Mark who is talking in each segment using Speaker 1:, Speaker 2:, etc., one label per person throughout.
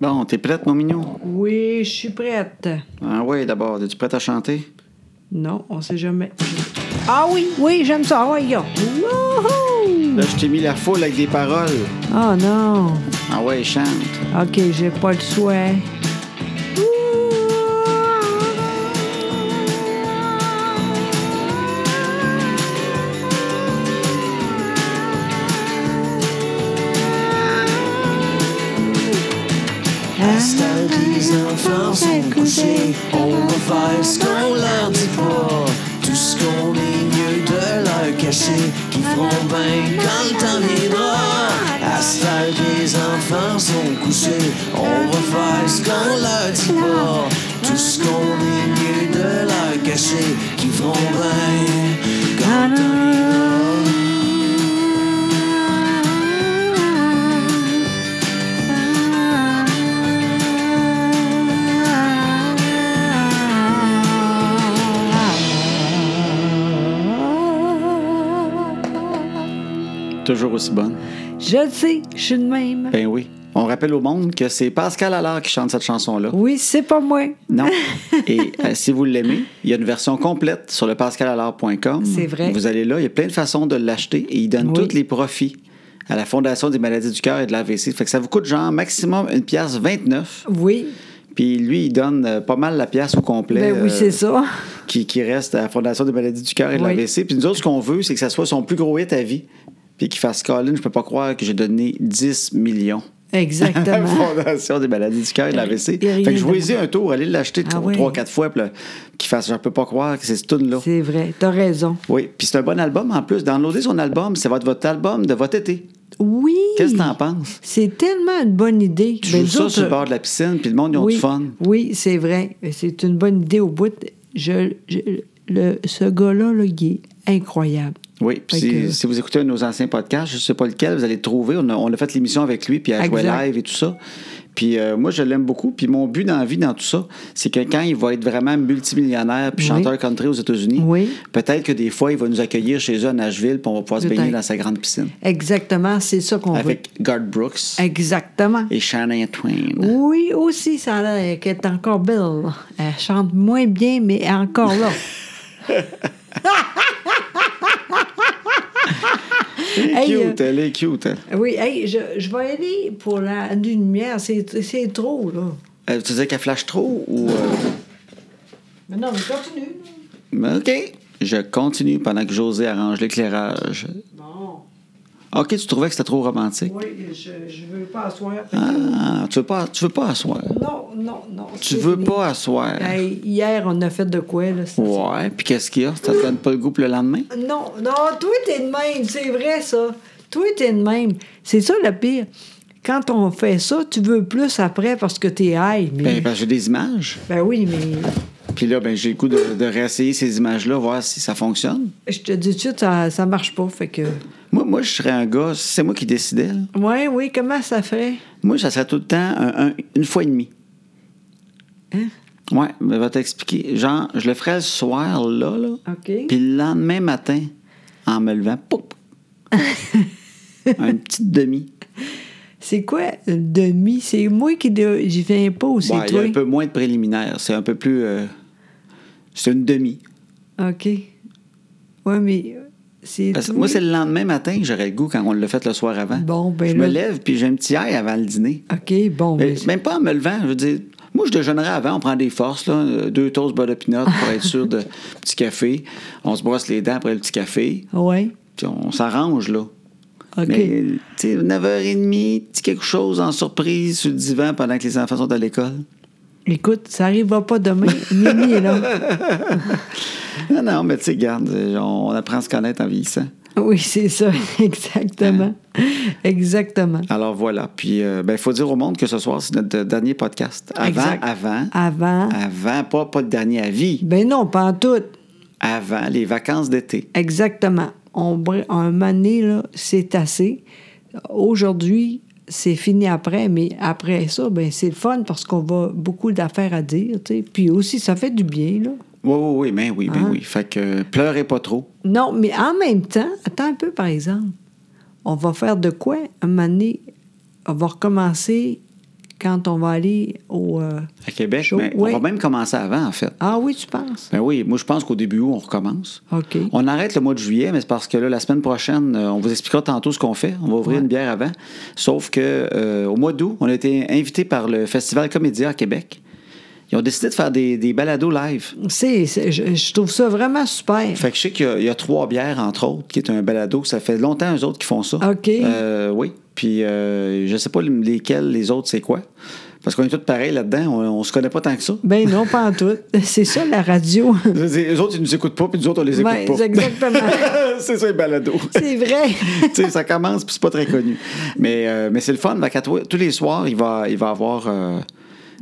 Speaker 1: Bon, t'es prête, mon mignon?
Speaker 2: Oui, je suis prête.
Speaker 1: Ah ouais, d'abord, es-tu prête à chanter?
Speaker 2: Non, on sait jamais. Ah oui, oui, j'aime ça. Voyons. Wouhou!
Speaker 1: Là, je t'ai mis la foule avec des paroles.
Speaker 2: Oh non.
Speaker 1: Ah ouais, chante.
Speaker 2: OK, j'ai pas le souhait.
Speaker 3: Reste à que les enfants sont couchés, on va faire ce qu'on leur dit pas. Tout ce qu'on est mieux de leur cacher, qui feront bien quand le temps viendra. À ce temps que les enfants sont couchés, on va faire ce qu'on leur dit pas. Tout ce qu'on est mieux de leur cacher, qui feront bien quand le temps viendra.
Speaker 1: Toujours aussi bonne.
Speaker 2: Je le sais, je suis de même.
Speaker 1: Ben oui. On rappelle au monde que c'est Pascal Allard qui chante cette chanson-là.
Speaker 2: Oui, c'est pas moi.
Speaker 1: Non. Et euh, si vous l'aimez, il y a une version complète sur le pascalallard.com.
Speaker 2: C'est vrai.
Speaker 1: Vous allez là, il y a plein de façons de l'acheter et il donne
Speaker 2: Oui.
Speaker 1: tous les profits à la Fondation des maladies du cœur et de l'AVC. Fait que ça vous coûte genre maximum une pièce 29.
Speaker 2: Oui.
Speaker 1: Puis lui, il donne euh, pas mal la pièce au complet.
Speaker 2: Ben oui,
Speaker 1: euh,
Speaker 2: c'est ça.
Speaker 1: qui, qui reste à la Fondation des maladies du cœur et de
Speaker 2: Oui.
Speaker 1: l'AVC. Puis nous autres, ce qu'on veut, c'est que ça soit son plus gros hit à vie. Puis qu'il fasse Colin, je peux pas croire que j'ai donné 10 millions à la
Speaker 2: Exactement.
Speaker 1: Fondation des maladies du cœur et de l'AVC.
Speaker 2: Et rien
Speaker 1: Fait que je vous
Speaker 2: de-
Speaker 1: un tour, allez l'acheter
Speaker 2: Ah oui.
Speaker 1: 3-4 fois, puis là, qu'il fasse Je peux pas croire que c'est ce tune-là.
Speaker 2: C'est vrai, t'as raison.
Speaker 1: Oui, puis c'est un bon album en plus. Downloadez son album, ça va être votre album de votre été.
Speaker 2: Oui.
Speaker 1: Qu'est-ce que t'en penses?
Speaker 2: C'est tellement une bonne idée.
Speaker 1: Tu
Speaker 2: Ben,
Speaker 1: joues ça
Speaker 2: d'autres-
Speaker 1: sur le bord de la piscine, puis le monde, ils ont
Speaker 2: oui,
Speaker 1: du fun.
Speaker 2: Oui, c'est vrai. C'est une bonne idée au bout. Je, je- le, ce gars-là, là, il est incroyable.
Speaker 1: Oui, puis
Speaker 2: Fait
Speaker 1: si,
Speaker 2: que-
Speaker 1: si vous écoutez un de nos anciens podcasts, je ne sais pas lequel, vous allez le trouver. On a, on a fait l'émission avec lui, puis à jouer
Speaker 2: Exact.
Speaker 1: live et tout ça. Puis euh, moi, je l'aime beaucoup. Puis mon but dans la vie, dans tout ça, c'est que quand il va être vraiment multimillionnaire, puis
Speaker 2: Oui.
Speaker 1: chanteur country aux États-Unis,
Speaker 2: Oui.
Speaker 1: peut-être que des fois, il va nous accueillir chez eux à Nashville, puis on va pouvoir se baigner
Speaker 2: Peut-être.
Speaker 1: dans sa grande piscine.
Speaker 2: Exactement, c'est ça qu'on veut.
Speaker 1: Avec Ah. Garth Brooks
Speaker 2: Exactement.
Speaker 1: et Shannon Twain.
Speaker 2: Oui, aussi, ça a l'air qu'elle est encore belle. Elle chante moins bien, mais elle est encore là.
Speaker 1: Elle est
Speaker 2: Hey, euh,
Speaker 1: cute, elle est cute. elle.
Speaker 2: oui, hey, je, je vais aller pour la lumière. C'est c'est trop, là.
Speaker 1: Euh, tu disais qu'elle flash trop ou. euh,
Speaker 2: Mais non, mais continue.
Speaker 1: mais OK. Je continue pendant que José arrange l'éclairage.
Speaker 2: Bon.
Speaker 1: OK, tu trouvais que c'était trop romantique?
Speaker 2: Oui, je, je veux pas asseoir.
Speaker 1: Ah, tu veux pas, tu veux pas asseoir.
Speaker 2: Non, non, non.
Speaker 1: Tu
Speaker 2: c'est
Speaker 1: veux
Speaker 2: fini.
Speaker 1: pas asseoir.
Speaker 2: Hey, hier, on a fait de quoi, là? c'est-
Speaker 1: Ouais, puis qu'est-ce qu'il y a? Ça te donne pas le goût pour le lendemain?
Speaker 2: Non, non, toi, t'es de même, c'est vrai, ça. Toi, t'es de même. C'est ça le pire. Quand on fait ça, tu veux plus après parce que t'es high. Mais...
Speaker 1: Ben, parce que j'ai des images.
Speaker 2: Ben oui, mais
Speaker 1: Puis là, ben, j'ai le goût de, de réessayer ces images-là, voir si ça fonctionne.
Speaker 2: je te dis tout de suite, ça, ça marche pas. Fait que.
Speaker 1: Moi, moi, je serais un gars, si c'est moi qui décidais, là,
Speaker 2: Oui, oui, comment ça ferait?
Speaker 1: moi, ça serait tout le temps un- un- une fois et demie.
Speaker 2: Hein?
Speaker 1: Ouais, mais va t'expliquer. Genre, je le ferais le soir, là, là.
Speaker 2: OK.
Speaker 1: Puis le lendemain matin, en me levant, poup! un petit demi.
Speaker 2: C'est quoi une demi? C'est moi qui. dé- J'y viens pas ou c'est
Speaker 1: Ouais, il y a
Speaker 2: toi?
Speaker 1: un peu moins de préliminaires. C'est un peu plus. euh, c'est une demi.
Speaker 2: OK. Oui, mais. euh, C'est.
Speaker 1: Parce que
Speaker 2: toi?
Speaker 1: moi, c'est le lendemain matin que j'aurais le goût quand on l'a fait le soir avant.
Speaker 2: Bon, ben
Speaker 1: je
Speaker 2: là-
Speaker 1: me lève puis j'ai un petit air avant le dîner.
Speaker 2: OK, bon.
Speaker 1: Mais
Speaker 2: mais-
Speaker 1: même pas en me levant. Je veux dire, moi, je déjeunerais avant. On prend des forces, là, euh, deux toasts beurre de pinot pour être sûr de petit café. On se brosse les dents après le petit café.
Speaker 2: Ouais.
Speaker 1: Puis on s'arrange, là.
Speaker 2: OK.
Speaker 1: Mais, tu sais, 9h30, petit quelque chose en surprise sur le divan pendant que les enfants sont à l'école.
Speaker 2: Écoute, ça arrivera pas demain. Mimi est là.
Speaker 1: Non, non, mais tu sais, garde, on, on apprend à se connaître en vieillissant.
Speaker 2: Oui, c'est ça. Exactement.
Speaker 1: Hein?
Speaker 2: Exactement.
Speaker 1: Alors voilà. Puis, euh, ben, il faut dire au monde que ce soir, c'est notre euh, dernier podcast. Avant,
Speaker 2: Exact. Ah.
Speaker 1: avant.
Speaker 2: Avant.
Speaker 1: Avant, pas, pas le dernier à vie.
Speaker 2: Ben non, pas en tout.
Speaker 1: Avant les vacances d'été.
Speaker 2: Exactement. On, br- un moment donné, là, c'est assez. Aujourd'hui, c'est fini après, mais après ça, ben c'est le fun parce qu'on va beaucoup d'affaires à dire, tu sais. Puis aussi, ça fait du bien, là.
Speaker 1: Oui, oui, oui, ben oui,
Speaker 2: Ah.
Speaker 1: ben oui. Fait que euh, pleurez pas trop.
Speaker 2: Non, mais en même temps, attends un peu, par exemple. On va faire de quoi? Un moment donné, on va recommencer quand on va aller au. euh,
Speaker 1: À Québec,
Speaker 2: Chaud,
Speaker 1: mais
Speaker 2: oui.
Speaker 1: on va même commencer avant, en fait.
Speaker 2: Ah oui, tu penses?
Speaker 1: Ben oui, moi je pense qu'au début août, on recommence.
Speaker 2: OK.
Speaker 1: On arrête le mois de juillet, mais c'est parce que là, la semaine prochaine, euh, on vous expliquera tantôt ce qu'on fait. On va ouvrir une bière avant. Sauf que euh, au mois d'août, on a été invité par le Festival Comédia à Québec. Ils ont décidé de faire des, des balados live.
Speaker 2: C'est, c'est- je, je trouve ça vraiment super.
Speaker 1: Fait que je sais qu'il y a- il y, a trois bières, entre autres, qui est un balado. Ça fait longtemps, eux autres, qui font ça.
Speaker 2: OK.
Speaker 1: Euh, oui. Puis euh, je sais pas lesquels, les autres, c'est quoi. Parce qu'on est tous pareils là-dedans. On, on se connaît pas tant que ça.
Speaker 2: Ben non, pas en tout. C'est ça, la radio.
Speaker 1: Je veux dire, Eux autres, ils nous écoutent pas, puis nous autres, on les écoute
Speaker 2: Ouais,
Speaker 1: pas.
Speaker 2: exactement.
Speaker 1: c'est ça, les balados.
Speaker 2: C'est vrai.
Speaker 1: Tu sais, ça commence, puis c'est pas très connu. Mais, euh, mais c'est le fun. Fait qu'à toi- tous les soirs, il va, il va avoir. euh,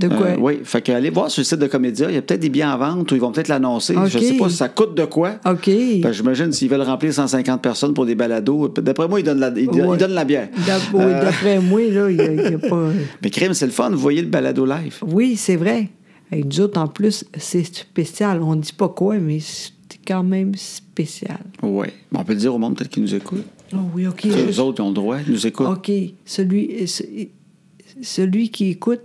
Speaker 2: De quoi?
Speaker 1: euh, oui, fait que allez voir sur le site de Comédia. Il y a peut-être des billets en vente ou ils vont peut-être l'annoncer. Je
Speaker 2: OK.
Speaker 1: sais pas si ça coûte de quoi.
Speaker 2: OK.
Speaker 1: Parce que J'imagine s'ils veulent remplir 150 personnes pour des balados. D'après moi, ils donnent la, ils donnent-
Speaker 2: Ouais.
Speaker 1: ils donnent la bière.
Speaker 2: D'ap- oui,
Speaker 1: Euh,
Speaker 2: D'après moi, là, il n'y a, il y a pas.
Speaker 1: mais crime, c'est le fun. Vous voyez le balado live.
Speaker 2: Oui, c'est vrai. Et nous autres, en plus, c'est spécial. On dit pas quoi, mais c'est quand même spécial.
Speaker 1: Oui. On peut le dire au monde peut-être qu'ils nous écoutent.
Speaker 2: Oh oui, OK.
Speaker 1: Les
Speaker 2: juste-
Speaker 1: autres, ils ont le droit. Ils nous écoutent.
Speaker 2: OK. Celui, ce- celui qui écoute.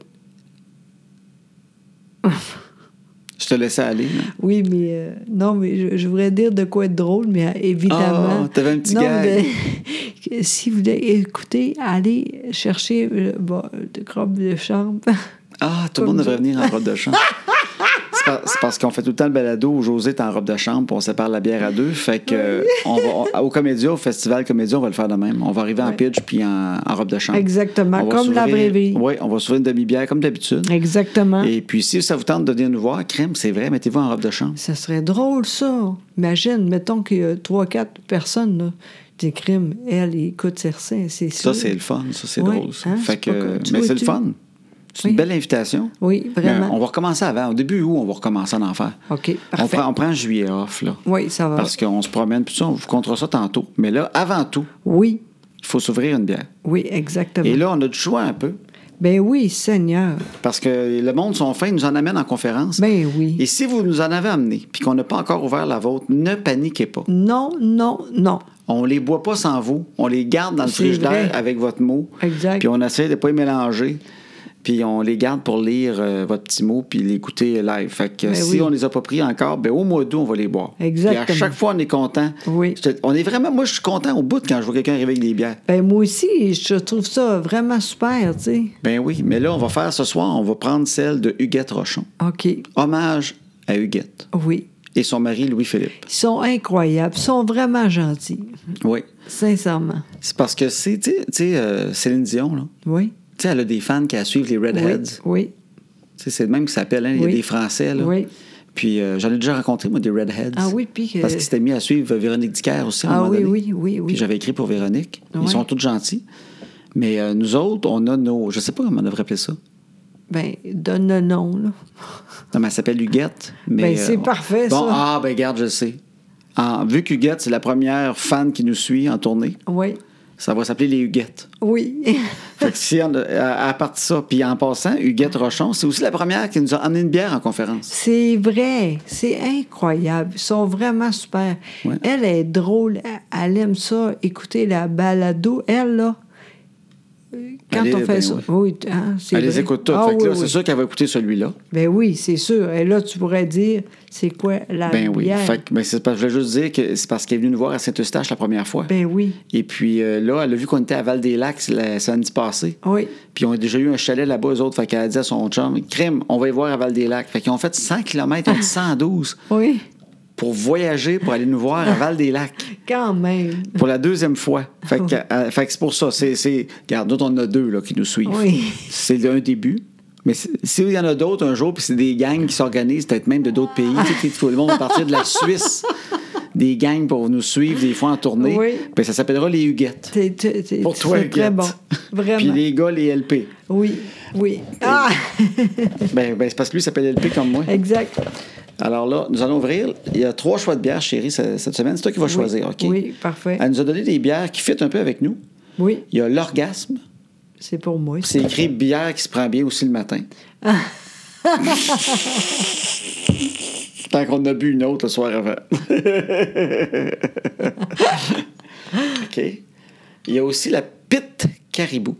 Speaker 1: Je te laissais aller. là.
Speaker 2: Oui, mais euh, non, mais je, je voudrais dire de quoi être drôle, mais euh, évidemment.
Speaker 1: Ah, t'avais un petit
Speaker 2: non,
Speaker 1: gag.
Speaker 2: mais- si vous voulez écouter, allez chercher euh, bon, de robe de chambre.
Speaker 1: Ah, tout le monde
Speaker 2: Comme
Speaker 1: devrait venir en robe de chambre. C'est par- c'est parce qu'on fait tout le temps le balado où José est en robe de chambre, puis on sépare la bière à deux. Fait que euh, on va, on- au Comédia, au Festival Comédia, on va le faire de même. On va arriver en pitch puis en, en robe de chambre.
Speaker 2: Exactement,
Speaker 1: On va
Speaker 2: comme la
Speaker 1: s'ouvrir-
Speaker 2: vraie vie.
Speaker 1: Oui, on va s'ouvrir une demi-bière comme d'habitude.
Speaker 2: Exactement.
Speaker 1: Et puis, si ça vous tente de venir nous voir, crème, c'est vrai, mettez-vous en robe de chambre.
Speaker 2: Ça serait drôle, ça. Imagine, mettons qu'il y a trois, quatre personnes, là, des crimes, elle, écoute certains, c'est
Speaker 1: Ça,
Speaker 2: sûr.
Speaker 1: c'est le fun. Ça, c'est
Speaker 2: Ouais,
Speaker 1: drôle. ça.
Speaker 2: hein,
Speaker 1: fait
Speaker 2: c'est
Speaker 1: que,
Speaker 2: pas comme- tu
Speaker 1: mais
Speaker 2: vois,
Speaker 1: c'est le
Speaker 2: tu-
Speaker 1: fun. C'est une
Speaker 2: Oui.
Speaker 1: belle invitation.
Speaker 2: Oui,
Speaker 1: Mais on
Speaker 2: vraiment.
Speaker 1: va recommencer avant. Au début, où on va recommencer à en faire?
Speaker 2: OK,
Speaker 1: On
Speaker 2: parfait.
Speaker 1: prend, on prend juillet off, là.
Speaker 2: Oui, ça va.
Speaker 1: Parce qu'on se promène, puis ça, on vous comptera ça tantôt. Mais là, avant tout,
Speaker 2: Oui,
Speaker 1: il faut s'ouvrir une bière.
Speaker 2: oui, exactement.
Speaker 1: Et là, on a du choix un peu,
Speaker 2: Ben oui, Seigneur.
Speaker 1: parce que le monde, sont fins, ils nous en amène en conférence.
Speaker 2: Ben oui.
Speaker 1: Et si vous nous en avez amené, puis qu'on n'a pas encore ouvert la vôtre, ne paniquez pas.
Speaker 2: Non, non, non.
Speaker 1: On les boit pas sans vous. On les garde dans le
Speaker 2: C'est
Speaker 1: frigidaire
Speaker 2: vrai.
Speaker 1: avec votre mot.
Speaker 2: Exact.
Speaker 1: Puis on essaie de pas les mélanger. Puis on les garde pour lire euh, votre petit mot puis l'écouter live. Fait que
Speaker 2: Ben
Speaker 1: si
Speaker 2: oui.
Speaker 1: on les a pas pris encore, ben au mois d'août, on va les boire.
Speaker 2: Exactement.
Speaker 1: Puis à chaque fois, on est content.
Speaker 2: Oui.
Speaker 1: Je te- On est vraiment... Moi, je suis content au bout de quand je vois quelqu'un arriver avec des bières.
Speaker 2: Ben moi aussi, je trouve ça vraiment super, tu sais.
Speaker 1: Ben oui, mais là, on va faire ce soir, on va prendre celle de Huguette Rochon.
Speaker 2: OK,
Speaker 1: Hommage à Huguette
Speaker 2: oui.
Speaker 1: et son mari Louis-Philippe.
Speaker 2: Ils sont incroyables, ils sont vraiment gentils,
Speaker 1: Oui.
Speaker 2: sincèrement.
Speaker 1: C'est parce que c'est, tu sais- tu sais, euh, Céline Dion, là.
Speaker 2: Oui.
Speaker 1: Tu sais, elle a des fans qui la suivent, les Redheads.
Speaker 2: Oui. oui.
Speaker 1: Tu sais, C'est le même qui s'appelle, hein, il y a
Speaker 2: Oui.
Speaker 1: des Français, là.
Speaker 2: Oui.
Speaker 1: Puis euh, j'en ai déjà rencontré, moi, des Redheads.
Speaker 2: Ah oui, puis que-
Speaker 1: Parce qu'ils s'étaient mis à suivre euh, Véronique Dicker aussi, à un
Speaker 2: Ah
Speaker 1: moment
Speaker 2: oui,
Speaker 1: donné.
Speaker 2: oui, oui, oui.
Speaker 1: Puis j'avais écrit pour Véronique.
Speaker 2: Ouais.
Speaker 1: Ils sont tous gentils. Mais euh, nous autres, on a nos... Je sais pas comment on devrait appeler ça.
Speaker 2: Ben, donne le nom, là.
Speaker 1: Non, mais elle s'appelle Huguette. Mais, euh,
Speaker 2: Ben, c'est parfait,
Speaker 1: bon,
Speaker 2: ça.
Speaker 1: Ah, ben, garde, je le sais. Ah, vu qu'Huguette, c'est la première fan qui nous suit en tournée,
Speaker 2: Oui.
Speaker 1: ça va s'appeler les Huguettes.
Speaker 2: Oui.
Speaker 1: Fait que si on, à, à part de ça, puis en passant, Huguette Rochon, c'est aussi la première qui nous a amené une bière en conférence.
Speaker 2: C'est vrai, c'est incroyable. Ils sont vraiment super.
Speaker 1: Ouais.
Speaker 2: Elle est drôle, elle- elle aime ça, écouter la balado. Elle, là, euh, quand
Speaker 1: Elle est-
Speaker 2: on fait
Speaker 1: ben
Speaker 2: ça.
Speaker 1: oui.
Speaker 2: Oui, t- hein, c'est
Speaker 1: Elle les
Speaker 2: vrai.
Speaker 1: écoute toutes.
Speaker 2: Ah
Speaker 1: fait que
Speaker 2: oui,
Speaker 1: là, c'est
Speaker 2: oui.
Speaker 1: sûr qu'elle va écouter celui-là.
Speaker 2: Ben oui, c'est sûr. Et là, tu pourrais dire, c'est quoi la
Speaker 1: Ben oui.
Speaker 2: bière?
Speaker 1: Fait que, ben, c'est parce, je voulais juste dire que c'est parce qu'elle est venue nous voir à Saint-Eustache la première fois.
Speaker 2: Ben oui.
Speaker 1: Et puis euh, là, elle a vu qu'on était à Val-des-Lacs la samedi passé.
Speaker 2: Oui.
Speaker 1: Puis on a déjà eu un chalet là-bas, eux autres. Fait qu'elle a dit à son chum, crime, on va y voir à Val-des-Lacs. Fait qu'ils ont fait 100 km, on dit 112
Speaker 2: Oui,
Speaker 1: pour voyager, pour aller nous voir à Val-des-Lacs
Speaker 2: quand même.
Speaker 1: pour la deuxième fois. Fait
Speaker 2: Ah
Speaker 1: que, euh, fait que c'est pour ça. C'est, c'est- Regarde, d'autres, on en a deux là, qui nous suivent.
Speaker 2: Oui.
Speaker 1: C'est un début. Mais c'est- s'il y en a d'autres un jour, puis c'est des gangs qui s'organisent, peut-être même de d'autres pays, tu sais, tout le monde va partir de la Suisse, des gangs pour nous suivre des fois en tournée,
Speaker 2: Oui.
Speaker 1: ben, ça s'appellera les Huguettes.
Speaker 2: C'est c'est- c'est-
Speaker 1: Pour toi,
Speaker 2: c'est très
Speaker 1: Huguette.
Speaker 2: bon.
Speaker 1: Puis
Speaker 2: Vraiment.
Speaker 1: les gars, les LP.
Speaker 2: Oui, oui. Ah!
Speaker 1: Ben, ben, c'est parce que lui s'appelle LP comme moi.
Speaker 2: exact.
Speaker 1: Alors là, nous allons ouvrir. Il y a trois choix de bières, chérie, ce- cette semaine. C'est toi qui vas choisir, OK?
Speaker 2: oui, parfait.
Speaker 1: Elle nous a donné des bières qui fitent un peu avec nous.
Speaker 2: Oui,
Speaker 1: Il y a l'orgasme.
Speaker 2: c'est pour moi.
Speaker 1: C'est écrit bière qui se prend bien aussi le matin. Tant qu'on en a bu une autre le soir avant. OK. Il y a aussi la pite caribou.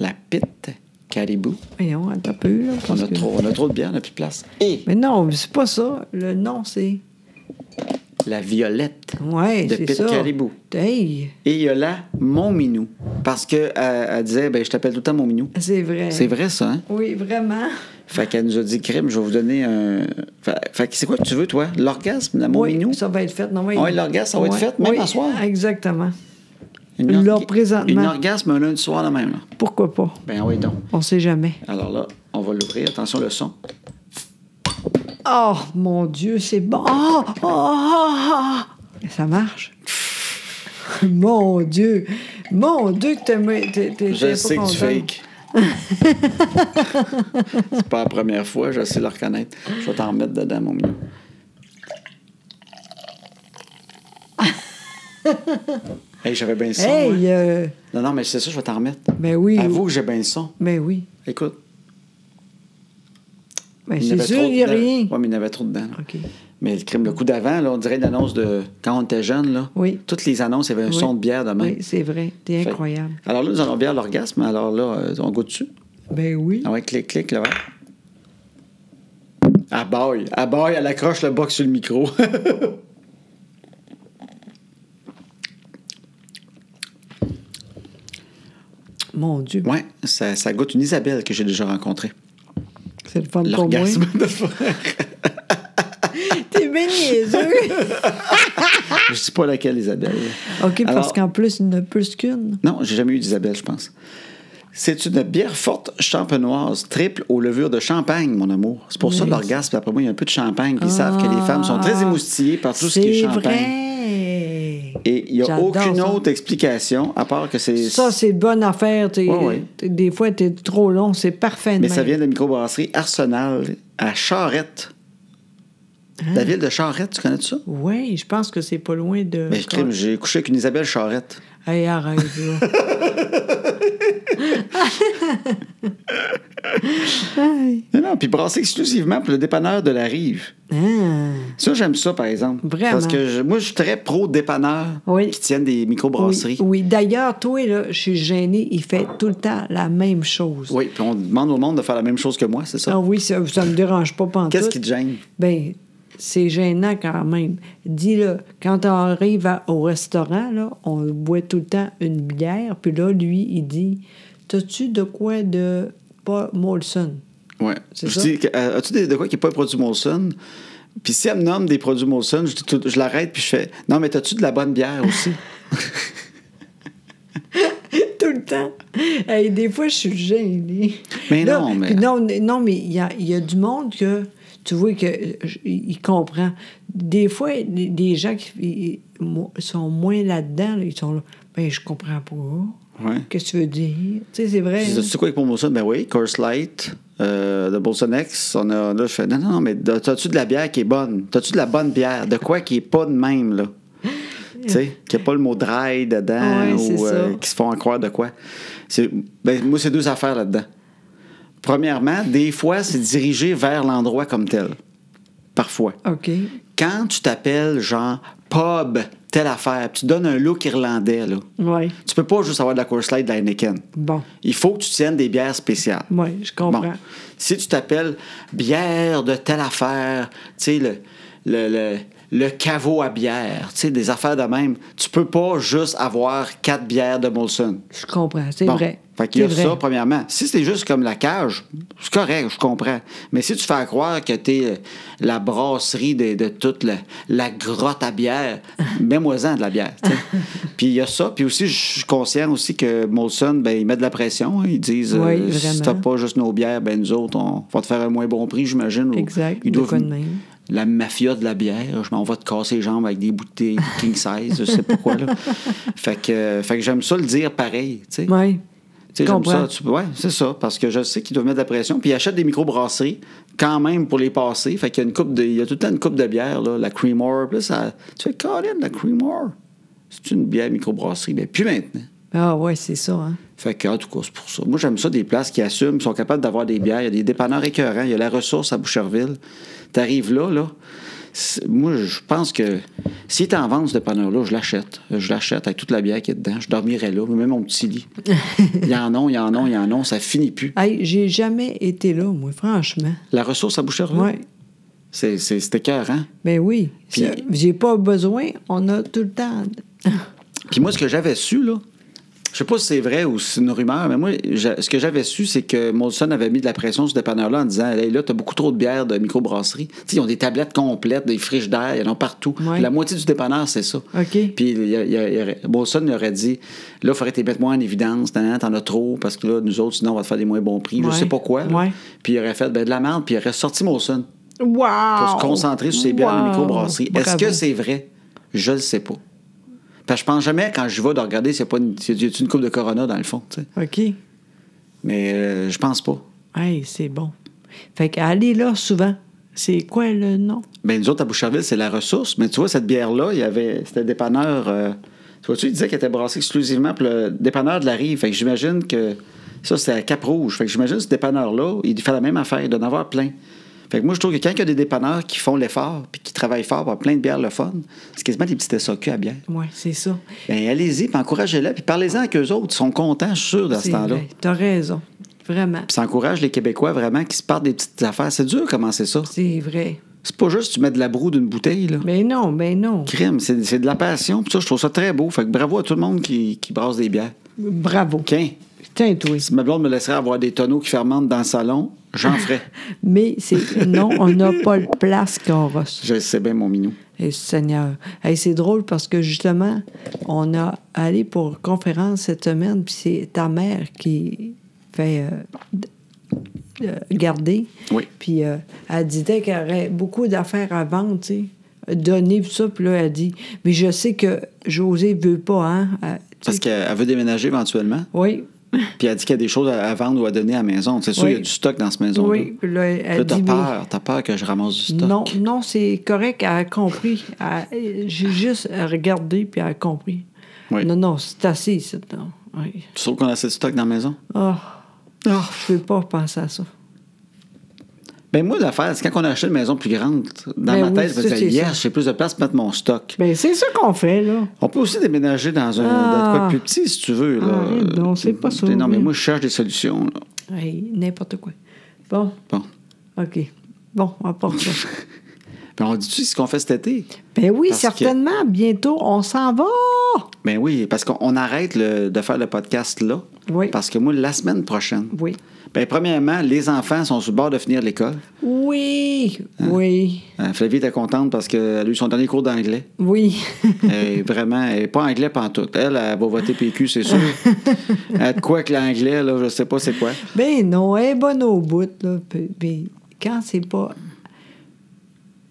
Speaker 1: La pite Caribou.
Speaker 2: Voyons, attends un peu. Là,
Speaker 1: On
Speaker 2: parce
Speaker 1: a,
Speaker 2: que-
Speaker 1: trop, on a trop de bière, on n'a plus de place. Et
Speaker 2: Mais non, mais c'est pas ça. Le nom, c'est.
Speaker 1: la Violette.
Speaker 2: Ouais,
Speaker 1: De
Speaker 2: c'est
Speaker 1: Pete
Speaker 2: ça.
Speaker 1: Caribou.
Speaker 2: Hey,
Speaker 1: Et il y a là Mon Minou. Parce qu'elle elle disait, ben, je t'appelle tout le temps Mon Minou.
Speaker 2: c'est vrai.
Speaker 1: C'est vrai, ça, hein?
Speaker 2: Oui, vraiment.
Speaker 1: Fait qu'elle nous a dit, crime, je vais vous donner un. Fait, fait que c'est quoi que tu veux, toi? L'orgasme, la Mon
Speaker 2: oui,
Speaker 1: Minou?
Speaker 2: ça va être fait. Non, oui.
Speaker 1: Ouais, l'orgasme, ça va être fait, même
Speaker 2: oui,
Speaker 1: à soir.
Speaker 2: Exactement.
Speaker 1: Une
Speaker 2: Là,
Speaker 1: orga-
Speaker 2: présentement.
Speaker 1: Une orgasme un lundi soir, là même. là.
Speaker 2: Pourquoi pas?
Speaker 1: Ben oui, donc.
Speaker 2: On sait jamais.
Speaker 1: Alors là, on va l'ouvrir. Attention, le son.
Speaker 2: Oh, mon Dieu, c'est bon. Oh, oh, oh, oh. Ça marche. mon Dieu. Mon Dieu, que t'es- t'es. t'es- t'es
Speaker 1: Je
Speaker 2: pas
Speaker 1: sais que tu
Speaker 2: contente.
Speaker 1: fakes. c'est pas la première fois, je sais le reconnaître. Je vais t'en mettre dedans, mon minou. hey, j'avais bien le son.
Speaker 2: Hey,
Speaker 1: moi.
Speaker 2: euh,
Speaker 1: Non, non, mais c'est ça, je vais t'en remettre.
Speaker 2: ben oui.
Speaker 1: Avoue que j'ai bien le son.
Speaker 2: Ben oui.
Speaker 1: Écoute.
Speaker 2: Ben,
Speaker 1: il y en
Speaker 2: c'est
Speaker 1: avait
Speaker 2: sûr,
Speaker 1: trop-
Speaker 2: il n'y a rien.
Speaker 1: Ouais, mais il y en avait trop dedans. là.
Speaker 2: OK.
Speaker 1: Mais le crime, le coup d'avant, là, on dirait une annonce de. Quand on était jeune, là.
Speaker 2: Oui.
Speaker 1: Toutes les annonces, il y avait un
Speaker 2: Oui.
Speaker 1: son de bière demain.
Speaker 2: Oui, c'est vrai. T'es incroyable.
Speaker 1: Alors là, nous allons bien à l'orgasme. Alors là, euh, on goûte dessus.
Speaker 2: Ben oui.
Speaker 1: Ah ouais, clic, clic, là, ouais. Ah boy, ah boy, elle accroche le box sur le micro.
Speaker 2: Mon Dieu.
Speaker 1: ouais, ça, ça goûte une Isabelle que j'ai déjà rencontrée.
Speaker 2: C'est le fun pour moi.
Speaker 1: L'orgasme de frère.
Speaker 2: T'es bien niaiseux.
Speaker 1: Je dis pas laquelle Isabelle.
Speaker 2: OK, parce
Speaker 1: Alors-
Speaker 2: qu'en plus, il n'y en a plus qu'une.
Speaker 1: Non, j'ai jamais eu d'Isabelle, je pense. C'est une bière forte champenoise, triple aux levures de champagne, mon amour. C'est pour ça
Speaker 2: Oui.
Speaker 1: l'orgasme, après moi, il y a un peu de champagne. puis Ils savent que les femmes sont
Speaker 2: Ah,
Speaker 1: très émoustillées par tout ce qui est champagne.
Speaker 2: vrai.
Speaker 1: Et il n'y a
Speaker 2: J'adore
Speaker 1: aucune
Speaker 2: ça.
Speaker 1: autre explication, à part que c'est.
Speaker 2: Ça, c'est bonne affaire. t'es-
Speaker 1: Ouais, ouais.
Speaker 2: t'es- Des fois, t'es trop long, c'est parfait. de
Speaker 1: Mais
Speaker 2: même.
Speaker 1: ça vient de la microbrasserie Arsenal à Charrette.
Speaker 2: Hein?
Speaker 1: La ville de Charrette, tu connais ça?
Speaker 2: Oui, je pense que c'est pas loin de.
Speaker 1: Mais crime, j'ai couché avec une Isabelle Charrette.
Speaker 2: Hey, arrête, là. Aïe.
Speaker 1: Non, non, puis brassée exclusivement pour le dépanneur de la rive.
Speaker 2: Ah.
Speaker 1: Ça, j'aime ça, par exemple.
Speaker 2: Vraiment.
Speaker 1: Parce que je- moi, je suis très pro-dépanneur
Speaker 2: Oui.
Speaker 1: qui tiennent des microbrasseries.
Speaker 2: Oui, oui. d'ailleurs, toi, là, je suis gênée, il fait tout le temps la même chose.
Speaker 1: Oui, puis on demande au monde de faire la même chose que moi, c'est ça?
Speaker 2: Ah oui, ça, ça me dérange pas pendant
Speaker 1: Qu'est-ce qui te gêne?
Speaker 2: Ben, c'est gênant quand même. Dis-le, quand on arrive à- au restaurant, là, on boit tout le temps une bière, puis là, lui, il dit T'as-tu de quoi de pas Molson
Speaker 1: Oui.
Speaker 2: C'est
Speaker 1: Je
Speaker 2: ça?
Speaker 1: dis, que, euh, as-tu des- de quoi qui n'est pas un produit Molson? Puis si elle me nomme des produits Molson, je, dis tout- je l'arrête puis je fais Non, mais as-tu de la bonne bière aussi?
Speaker 2: Tout le temps. Hey, des fois, je suis gênée.
Speaker 1: Mais
Speaker 2: Là,
Speaker 1: non, mais-
Speaker 2: puis Non, non, mais il y a, il y a du monde que, tu vois, que, euh, je- il comprend. Des fois, des des gens qui ils- ils mo- sont moins là-dedans, là, ils sont là, ben, je comprends pas.
Speaker 1: Ouais.
Speaker 2: Qu'est-ce que tu veux dire? Tu sais, c'est vrai.
Speaker 1: Je dis, tu sais quoi avec mon Molson? Ben oui, Coors Light, euh, de Bolson X. On a, là, je fais, non, non, non, mais t'as-tu de la bière qui est bonne? T'as-tu de la bonne bière? De quoi qui est pas de même, là? tu sais, qui a pas le mot dry dedans
Speaker 2: Ouais, c'est
Speaker 1: ou euh,
Speaker 2: ça.
Speaker 1: qui se font en croire de quoi. C'est- Ben, moi, c'est deux affaires là-dedans. Premièrement, des fois, c'est dirigé vers l'endroit comme tel. Parfois
Speaker 2: OK.
Speaker 1: quand tu t'appelles genre pub, telle affaire, puis tu donnes un look irlandais, là,
Speaker 2: Oui.
Speaker 1: tu peux pas juste avoir de la course light de la Heineken.
Speaker 2: Bon.
Speaker 1: Il faut que tu tiennes des bières spéciales.
Speaker 2: Oui, je comprends.
Speaker 1: Bon. Si tu t'appelles bière de telle affaire, tu sais, le, le, le, le caveau à bière, tu sais, des affaires de même, tu peux pas juste avoir quatre bières de Molson.
Speaker 2: Je comprends, c'est
Speaker 1: Bon.
Speaker 2: vrai.
Speaker 1: Fait qu'il y a
Speaker 2: C'est vrai.
Speaker 1: ça, premièrement. Si c'est juste comme la cage, c'est correct, je comprends. Mais si tu fais à croire que t'es euh, la brasserie de, de toute la, la grotte à bière, mets-moi-en de la bière. tu sais. puis il y a ça. Puis aussi, je suis conscient aussi que Molson, ben, ils mettent de la pression. hein. Ils disent, euh,
Speaker 2: Oui,
Speaker 1: si
Speaker 2: vraiment.
Speaker 1: t'as pas juste nos bières, ben nous autres, on va te faire un moins bon prix, j'imagine. ou
Speaker 2: Exact,
Speaker 1: Ils
Speaker 2: de
Speaker 1: doivent
Speaker 2: quoi de même.
Speaker 1: la mafia de la bière. Je m'en vais te casser les jambes avec des bouteilles king size, je sais pas quoi. Là. fait que, euh, fait que j'aime ça le dire pareil. tu sais.
Speaker 2: Oui.
Speaker 1: Tu sais, j'aime
Speaker 2: Comprends.
Speaker 1: ça. Tu, ouais, c'est ça. Parce que je sais qu'ils doivent mettre de la pression. Puis ils achètent des microbrasseries quand même pour les passer. Fait qu'il y a une coupe de. Il y a tout le temps une coupe de bière, là, la Creamore. Puis là, ça. Tu fais Colin, la Creamore. C'est une bière microbrasserie. Mais plus maintenant.
Speaker 2: Ah ouais, c'est ça, hein.
Speaker 1: Fait que, en tout cas, c'est pour ça. Moi, j'aime ça, des places qui assument, qui sont capables d'avoir des bières. Il y a des dépanneurs écœurants. Il y a la ressource à Boucherville. T'arrives là, là. c'est- moi, je pense que s'il est en vente, ce dépanneur-là, je l'achète. Je l'achète avec toute la bière qui est dedans. Je dormirais là, même mon petit lit. Il y en a, il y en a, il y en a, ça finit plus.
Speaker 2: Hey, j'ai jamais été là, moi, franchement.
Speaker 1: La ressource à boucher
Speaker 2: Ouais.
Speaker 1: c'est c'est- c'est écœurant.
Speaker 2: Ben oui.
Speaker 1: Puis-
Speaker 2: Ça, J'ai pas besoin, on a tout le temps.
Speaker 1: Puis moi, ce que j'avais su, là, je sais pas si c'est vrai ou si c'est une rumeur, mais moi, j'a- ce que j'avais su, c'est que Molson avait mis de la pression sur ce dépanneur-là en disant Hey, là, t'as beaucoup trop de bières de microbrasserie. Tu sais, ils ont des tablettes complètes, des friches d'air, ils en ont partout.
Speaker 2: Ouais.
Speaker 1: La moitié du dépanneur, c'est ça.
Speaker 2: OK.
Speaker 1: Puis il y a- il y a- il y aurait- Molson il aurait dit Là, il faudrait t'y mettre moins en évidence, nan, nan, t'en as trop, parce que là, nous autres, sinon, on va te faire des moins bons prix. Je
Speaker 2: Ouais.
Speaker 1: sais pas quoi. là.
Speaker 2: Ouais.
Speaker 1: Puis il aurait fait ben, de la merde, puis il aurait sorti Molson
Speaker 2: Wow!
Speaker 1: pour
Speaker 2: Ah,
Speaker 1: se concentrer sur ces bières de microbrasserie. Est-ce que c'est vrai? Je le sais pas. Parce que je pense jamais, quand je vais, de regarder s'il y a pas une, s'il y a une coupe de Corona dans le fond. tu sais.
Speaker 2: OK.
Speaker 1: Mais euh, je pense pas.
Speaker 2: Hey, c'est bon. Fait qu'aller là souvent, c'est quoi le nom?
Speaker 1: Ben, nous autres, à Boucherville, c'est la ressource. Mais tu vois, cette bière-là, il y avait. C'était dépanneur. euh, tu vois, tu il disait qu'elle était brassée exclusivement pour le dépanneur de la rive. Fait que j'imagine que. Ça, c'était à Cap-Rouge. Fait que j'imagine que ce dépanneur-là, il fait la même affaire. Il doit en avoir plein. Fait que moi, je trouve que quand il y a des dépanneurs qui font l'effort puis qui travaillent fort pour avoir plein de bières le fun, c'est quasiment des petits SOQ à bière.
Speaker 2: Oui, c'est ça.
Speaker 1: Ben, allez-y, puis encouragez-les, puis parlez-en avec eux autres. Ils sont contents, je suis sûr, dans ce
Speaker 2: C'est
Speaker 1: temps-là.
Speaker 2: vrai.
Speaker 1: Puis
Speaker 2: T'as raison. Vraiment.
Speaker 1: ça encourage les Québécois vraiment qui se partent des petites affaires. C'est dur commencer ça.
Speaker 2: C'est vrai.
Speaker 1: C'est pas juste tu mets de la broue d'une bouteille, là.
Speaker 2: Ben non, ben non.
Speaker 1: Crime, c'est, c'est de la passion. Puis ça, je trouve ça très beau. Fait que bravo à tout le monde qui, qui brasse des bières.
Speaker 2: Bravo.
Speaker 1: Tiens,
Speaker 2: Putain, toi.
Speaker 1: si ma blonde me laisserait avoir des tonneaux qui fermentent dans le salon, j'en ferais.
Speaker 2: Mais c'est non, on n'a pas le place qu'on reçoit.
Speaker 1: je sais bien, mon minou.
Speaker 2: Et Seigneur. Hey, c'est drôle parce que justement, on a allé pour une conférence cette semaine, puis c'est ta mère qui fait euh, d- euh, garder.
Speaker 1: Oui.
Speaker 2: Puis euh, elle disait qu'elle aurait beaucoup d'affaires à vendre, tu sais, donner, puis ça. Puis là, elle dit Mais je sais que José veut pas, hein. euh, tu
Speaker 1: Parce
Speaker 2: sais.
Speaker 1: qu'elle elle veut déménager éventuellement.
Speaker 2: Oui.
Speaker 1: Puis elle dit qu'il y a des choses à, à vendre ou à donner à la maison. C'est sûr,
Speaker 2: Oui.
Speaker 1: il y a du stock dans cette maison.
Speaker 2: Oui. Puis là, elle
Speaker 1: Là, t'as
Speaker 2: dit, mais-
Speaker 1: peur. T'as peur que je ramasse du stock.
Speaker 2: Non, non, c'est correct, elle a compris. Elle- J'ai juste regardé, puis elle a compris.
Speaker 1: Oui.
Speaker 2: Non, non, c'est assez, ici, non. Oui.
Speaker 1: Tu trouves qu'on a assez de stock dans la maison?
Speaker 2: Ah, je ne peux pas penser à ça.
Speaker 1: Ben moi, l'affaire, c'est quand on a acheté une maison plus grande, dans
Speaker 2: Ben
Speaker 1: ma
Speaker 2: oui,
Speaker 1: tête, je me
Speaker 2: ça,
Speaker 1: disais,
Speaker 2: c'est
Speaker 1: yes, j'ai plus de place pour mettre mon stock.
Speaker 2: Ben, c'est ça qu'on fait, là.
Speaker 1: On peut aussi déménager dans un
Speaker 2: Ah.
Speaker 1: dans quoi de plus petit, si tu veux. Là.
Speaker 2: Arrête donc, c'est pas ça,
Speaker 1: Non, mais
Speaker 2: oui.
Speaker 1: moi, je cherche des solutions. là.
Speaker 2: Hey, N'importe quoi. Bon,
Speaker 1: Bon.
Speaker 2: OK. Bon, on part ça.
Speaker 1: Ben, on dit-tu ce qu'on fait cet été?
Speaker 2: Ben oui,
Speaker 1: Parce que-
Speaker 2: certainement. Bientôt, on s'en va.
Speaker 1: Ben oui, parce qu'on on arrête le- de faire le podcast là.
Speaker 2: Oui.
Speaker 1: Parce que moi, la semaine prochaine,
Speaker 2: Oui.
Speaker 1: ben, premièrement, les enfants sont sur le bord de finir l'école.
Speaker 2: Oui. Oui.
Speaker 1: Euh, Flavie était contente parce qu'elle a eu son dernier cours d'anglais.
Speaker 2: Oui.
Speaker 1: Elle est vraiment, elle est pas anglais pantoute. Elle, elle va voter PQ, c'est sûr. Elle a de quoi que l'anglais, là, je sais pas c'est quoi.
Speaker 2: ben non, elle est bonne au bout, là. Puis- puis quand c'est pas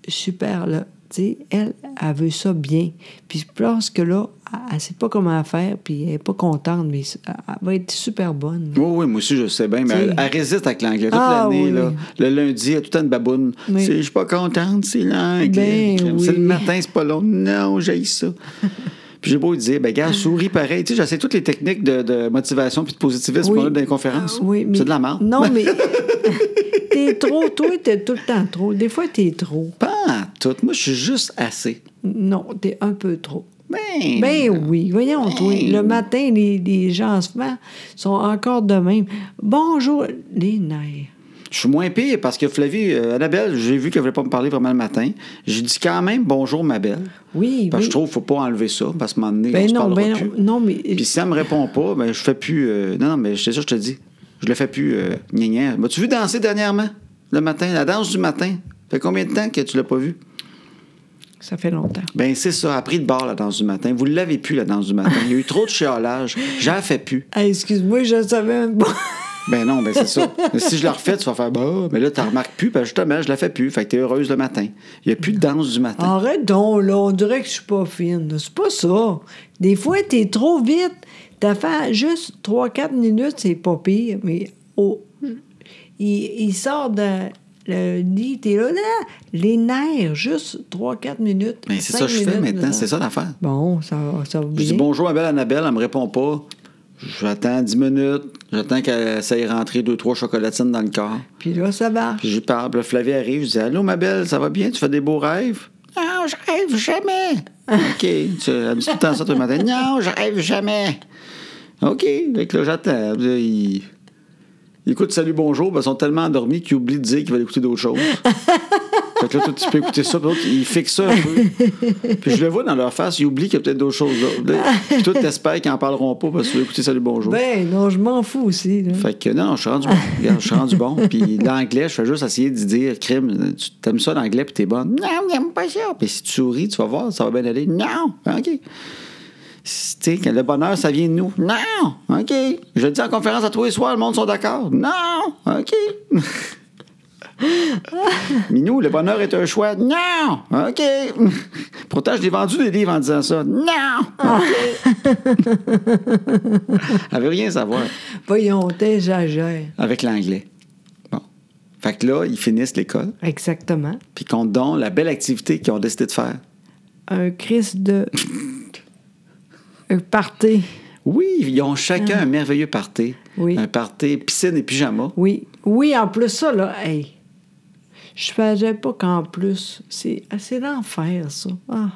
Speaker 2: super, là, tu sais, elle, elle veut ça bien. Puis je pense que là, elle- elle sait pas comment faire, puis elle est pas contente, mais elle elle va être super bonne.
Speaker 1: Oui, oui, moi aussi, je sais bien, mais
Speaker 2: Tu sais.
Speaker 1: elle, elle résiste avec l'anglais toute
Speaker 2: Ah,
Speaker 1: l'année.
Speaker 2: oui.
Speaker 1: là. Le lundi, elle a tout le temps une baboune.
Speaker 2: Oui.
Speaker 1: C'est, Je suis pas contente, c'est l'anglais.
Speaker 2: Ben
Speaker 1: C'est
Speaker 2: oui.
Speaker 1: le matin, c'est pas long. Non, j'ai ça. Puis j'ai beau lui dire, ben gars, souris pareil. Tu sais, j'essaie toutes les techniques de, de motivation puis de positivisme
Speaker 2: Oui.
Speaker 1: qu'on a dans les conférences.
Speaker 2: Ah, oui, mais-
Speaker 1: C'est de la merde.
Speaker 2: Non, mais t'es trop, toi, t'es tout le temps trop. Des fois, t'es trop.
Speaker 1: Pas en tout. Moi, je suis juste assez.
Speaker 2: Non, t'es un peu trop.
Speaker 1: Ben,
Speaker 2: Ben oui, voyons, toi. Le matin, les, les gens se font- sont encore de même. Bonjour, les nerfs.
Speaker 1: Je suis moins pire parce que Flavie, euh, Annabelle, j'ai vu qu'elle voulait pas me parler vraiment le matin. J'ai dit quand même bonjour, ma belle.
Speaker 2: Oui,
Speaker 1: Parce que
Speaker 2: oui.
Speaker 1: je trouve qu'il faut pas enlever ça, parce que à un moment donné, on
Speaker 2: Ben
Speaker 1: se
Speaker 2: non,
Speaker 1: parlera
Speaker 2: ben non,
Speaker 1: plus.
Speaker 2: non, mais.
Speaker 1: Puis si ça me répond pas, ben je fais plus. euh, non, non, mais c'est ça, je te dis. Je le fais plus. Euh, gna gna. M'as-tu vu danser dernièrement, le matin, la danse du matin? Fait combien de temps que tu l'as pas vu?
Speaker 2: Ça fait longtemps.
Speaker 1: Ben c'est ça, a pris de bord la danse du matin. Vous l'avez plus, la danse du matin. Il y a eu trop de chialage. J'en fais plus.
Speaker 2: Ah, excuse-moi, je savais même pas.
Speaker 1: Ben non, ben c'est ça. Mais si je la refais, tu vas faire bah, mais là, tu remarques plus, ben justement, je la fais plus. Fait que t'es heureuse le matin. Il n'y a plus de danse du matin.
Speaker 2: Arrête donc, là. On dirait que je suis pas fine. là. C'est pas ça. Des fois, t'es trop vite. T'as fait juste 3-4 minutes, c'est pas pire, mais oh, il, il sort de le lit, t'es là, là, les nerfs, juste 3-4 minutes.
Speaker 1: Mais Ben, c'est
Speaker 2: cinq
Speaker 1: ça que je fais
Speaker 2: minutes,
Speaker 1: maintenant,
Speaker 2: là.
Speaker 1: c'est ça l'affaire.
Speaker 2: Bon, ça, va- ça va
Speaker 1: Je dis
Speaker 2: bien.
Speaker 1: bonjour à belle Annabelle, elle me répond pas. J'attends 10 minutes. J'attends qu'elle essaye de rentrer deux, trois chocolatines dans le corps.
Speaker 2: Puis là, ça marche.
Speaker 1: Puis je lui parle. Puis là, Flavie arrive. Je dis Allô, ma belle, ça va bien? Tu fais des beaux rêves? Non, je rêve jamais. OK. Tu, elle me dit tout le temps ça tous les matins. Non, je rêve jamais. OK. Fait que là, j'attends. Puis là, il... il écoute Salut, bonjour. Ben, ils sont tellement endormis qu'ils oublient de dire qu'ils veulent écouter d'autres choses. fait que là, toi, tu peux écouter ça. Puis l'autre, il fixe ça un peu. Puis je le vois dans leur face. Ils oublient qu'il y a peut-être d'autres choses. Là. Puis toi, t'espères qu'ils n'en parleront pas parce que tu veux écouter Salut, bonjour.
Speaker 2: Ben, non, je m'en fous aussi. là.
Speaker 1: Fait que non, je suis rendu bon. Regarde, je suis rendu bon. Puis l'anglais, je fais juste essayer d'y dire, crime, tu t'aimes ça l'anglais, puis t'es bonne. Non, j'aime pas ça. Puis si tu souris, tu vas voir, ça va bien aller. Non, OK. C'est- Tu sais, que le bonheur, ça vient de nous. Non, OK. Je le dis en conférence à tous les soirs, le monde sont d'accord. Non, OK. Minou, le bonheur est un choix. Non, OK. Pourtant, je l'ai vendu des livres en disant ça. Non, OK. Elle veut rien savoir
Speaker 2: Voyons, t'exagères.
Speaker 1: avec l'anglais. Bon. Fait que là, ils finissent l'école,
Speaker 2: Exactement.
Speaker 1: puis qu'on donne la belle activité qu'ils ont décidé de faire.
Speaker 2: Un Christ de. un party.
Speaker 1: Oui, ils ont chacun un merveilleux party.
Speaker 2: Ah. Oui.
Speaker 1: Un party piscine et pyjama.
Speaker 2: Oui. Oui, en plus, ça, là, hey. Je faisais pas qu'en plus. C'est ah, c'est l'enfer, ça. Ah.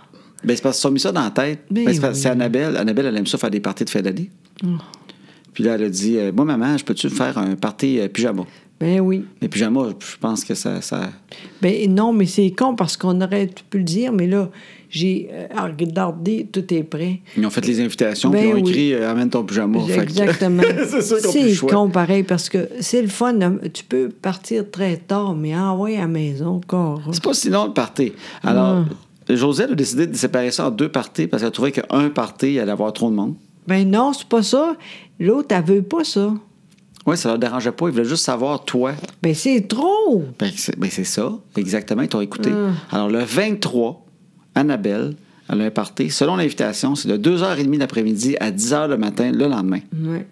Speaker 1: Ben, c'est parce qu'ils ont mis ça dans la tête.
Speaker 2: Mais
Speaker 1: Ben, c'est parce-
Speaker 2: oui. Oh.
Speaker 1: c'est Annabelle. Annabelle, elle aime ça faire des parties de fin d'année. Puis là, elle a dit euh, Moi, maman, je peux-tu faire un party euh, pyjama
Speaker 2: Ben oui.
Speaker 1: Mais pyjama, je pense que ça. ça...
Speaker 2: Ben non, mais c'est con parce qu'on aurait pu le dire, mais là, j'ai euh, regardé, tout est prêt.
Speaker 1: Ils ont fait les invitations,
Speaker 2: Ben
Speaker 1: puis ils ont
Speaker 2: oui.
Speaker 1: écrit euh, Amène ton pyjama. Fait que-
Speaker 2: Exactement.
Speaker 1: c'est sûr qu'on plus le
Speaker 2: C'est
Speaker 1: choix.
Speaker 2: con pareil parce que c'est le fun. hein. Tu peux partir très tard, mais envoyer à la maison, encore.
Speaker 1: C'est pas si long le party. Alors,
Speaker 2: Non.
Speaker 1: Josette a décidé de séparer ça en deux parties parce qu'elle trouvait qu'un party allait avoir trop de monde.
Speaker 2: Ben non, c'est pas ça. L'autre, elle veut pas ça.
Speaker 1: Oui, ça leur dérangeait pas. Ils voulaient juste savoir, toi.
Speaker 2: Ben c'est trop.
Speaker 1: Ben, c'est ben, c'est ça, exactement. Ils t'ont écouté. Alors, le 23, Annabelle, elle a un party. Selon l'invitation, c'est de 2h30 l'après-midi à 10h le matin le lendemain.
Speaker 2: Ouais.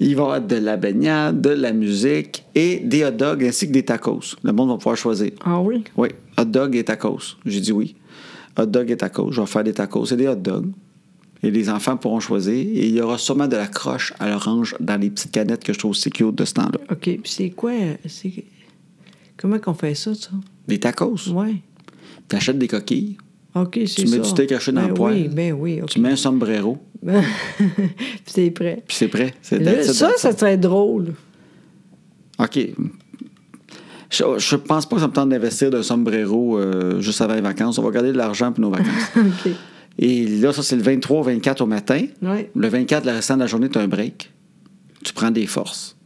Speaker 1: Il va y avoir de la baignade, de la musique et des hot dogs ainsi que des tacos. Le monde va pouvoir choisir.
Speaker 2: Ah oui?
Speaker 1: Oui, hot dog et tacos. J'ai dit oui. Hot dog et tacos. Je vais faire des tacos et des hot dogs. Et les enfants pourront choisir. Et il y aura sûrement de la croche à l'orange dans les petites canettes que je trouve si cute de ce temps-là.
Speaker 2: OK. Puis c'est quoi? euh, c'est- Comment qu'on fait ça, ça?
Speaker 1: Des tacos.
Speaker 2: Ouais.
Speaker 1: Tu achètes des coquilles.
Speaker 2: OK, c'est ça.
Speaker 1: Tu mets du steak haché dans
Speaker 2: ben
Speaker 1: le poêle.
Speaker 2: Oui, ben oui. OK.
Speaker 1: Tu mets un sombrero.
Speaker 2: Ben, c'est prêt.
Speaker 1: Puis c'est prêt. C'est
Speaker 2: Là,
Speaker 1: that's it,
Speaker 2: ça,
Speaker 1: that's
Speaker 2: ça
Speaker 1: it.
Speaker 2: serait drôle.
Speaker 1: OK. Je, je pense pas que ça me tente d'investir d'un sombrero euh, juste avant les vacances. On va garder de l'argent pour nos vacances.
Speaker 2: OK.
Speaker 1: Et là, ça, c'est le 23-24 au matin.
Speaker 2: Ouais.
Speaker 1: Le 24, le restant de la journée, tu as un break. Tu prends des forces.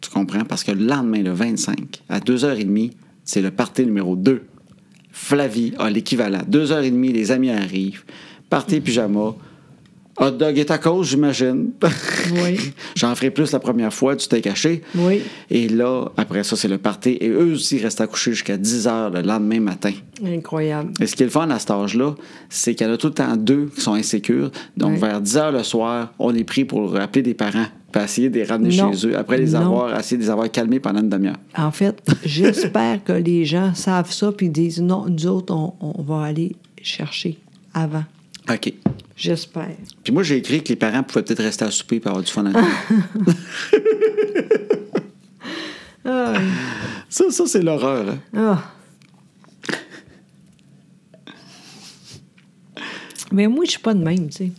Speaker 1: Tu comprends? Parce que le lendemain, le 25, à 2h30, c'est le party numéro 2. Flavie a l'équivalent. 2h30, les amis arrivent. Party pyjama. Hot dog est à cause, j'imagine.
Speaker 2: Oui.
Speaker 1: J'en ferai plus la première fois, tu t'es caché.
Speaker 2: Oui.
Speaker 1: Et là, après ça, c'est le party. Et eux aussi restent à coucher jusqu'à 10h le lendemain matin.
Speaker 2: Incroyable.
Speaker 1: Et ce qui est le fun à cet âge-là, c'est qu'il y en a tout le temps deux qui sont insécures. Donc,
Speaker 2: Ouais.
Speaker 1: vers 10 heures le soir, on est pris pour appeler des parents, puis essayer de les ramener
Speaker 2: Non.
Speaker 1: chez eux, après les
Speaker 2: Non.
Speaker 1: avoir, essayer de les avoir calmés pendant une demi-heure.
Speaker 2: En fait, j'espère que les gens savent ça puis disent non, nous autres, on, on va aller chercher avant.
Speaker 1: OK.
Speaker 2: J'espère.
Speaker 1: Puis moi, j'ai écrit que les parents pouvaient peut-être rester à souper et avoir du fun à table.
Speaker 2: Ah,
Speaker 1: Ça, ça c'est l'horreur. hein.
Speaker 2: ah. Mais moi, je suis pas de même, tu sais.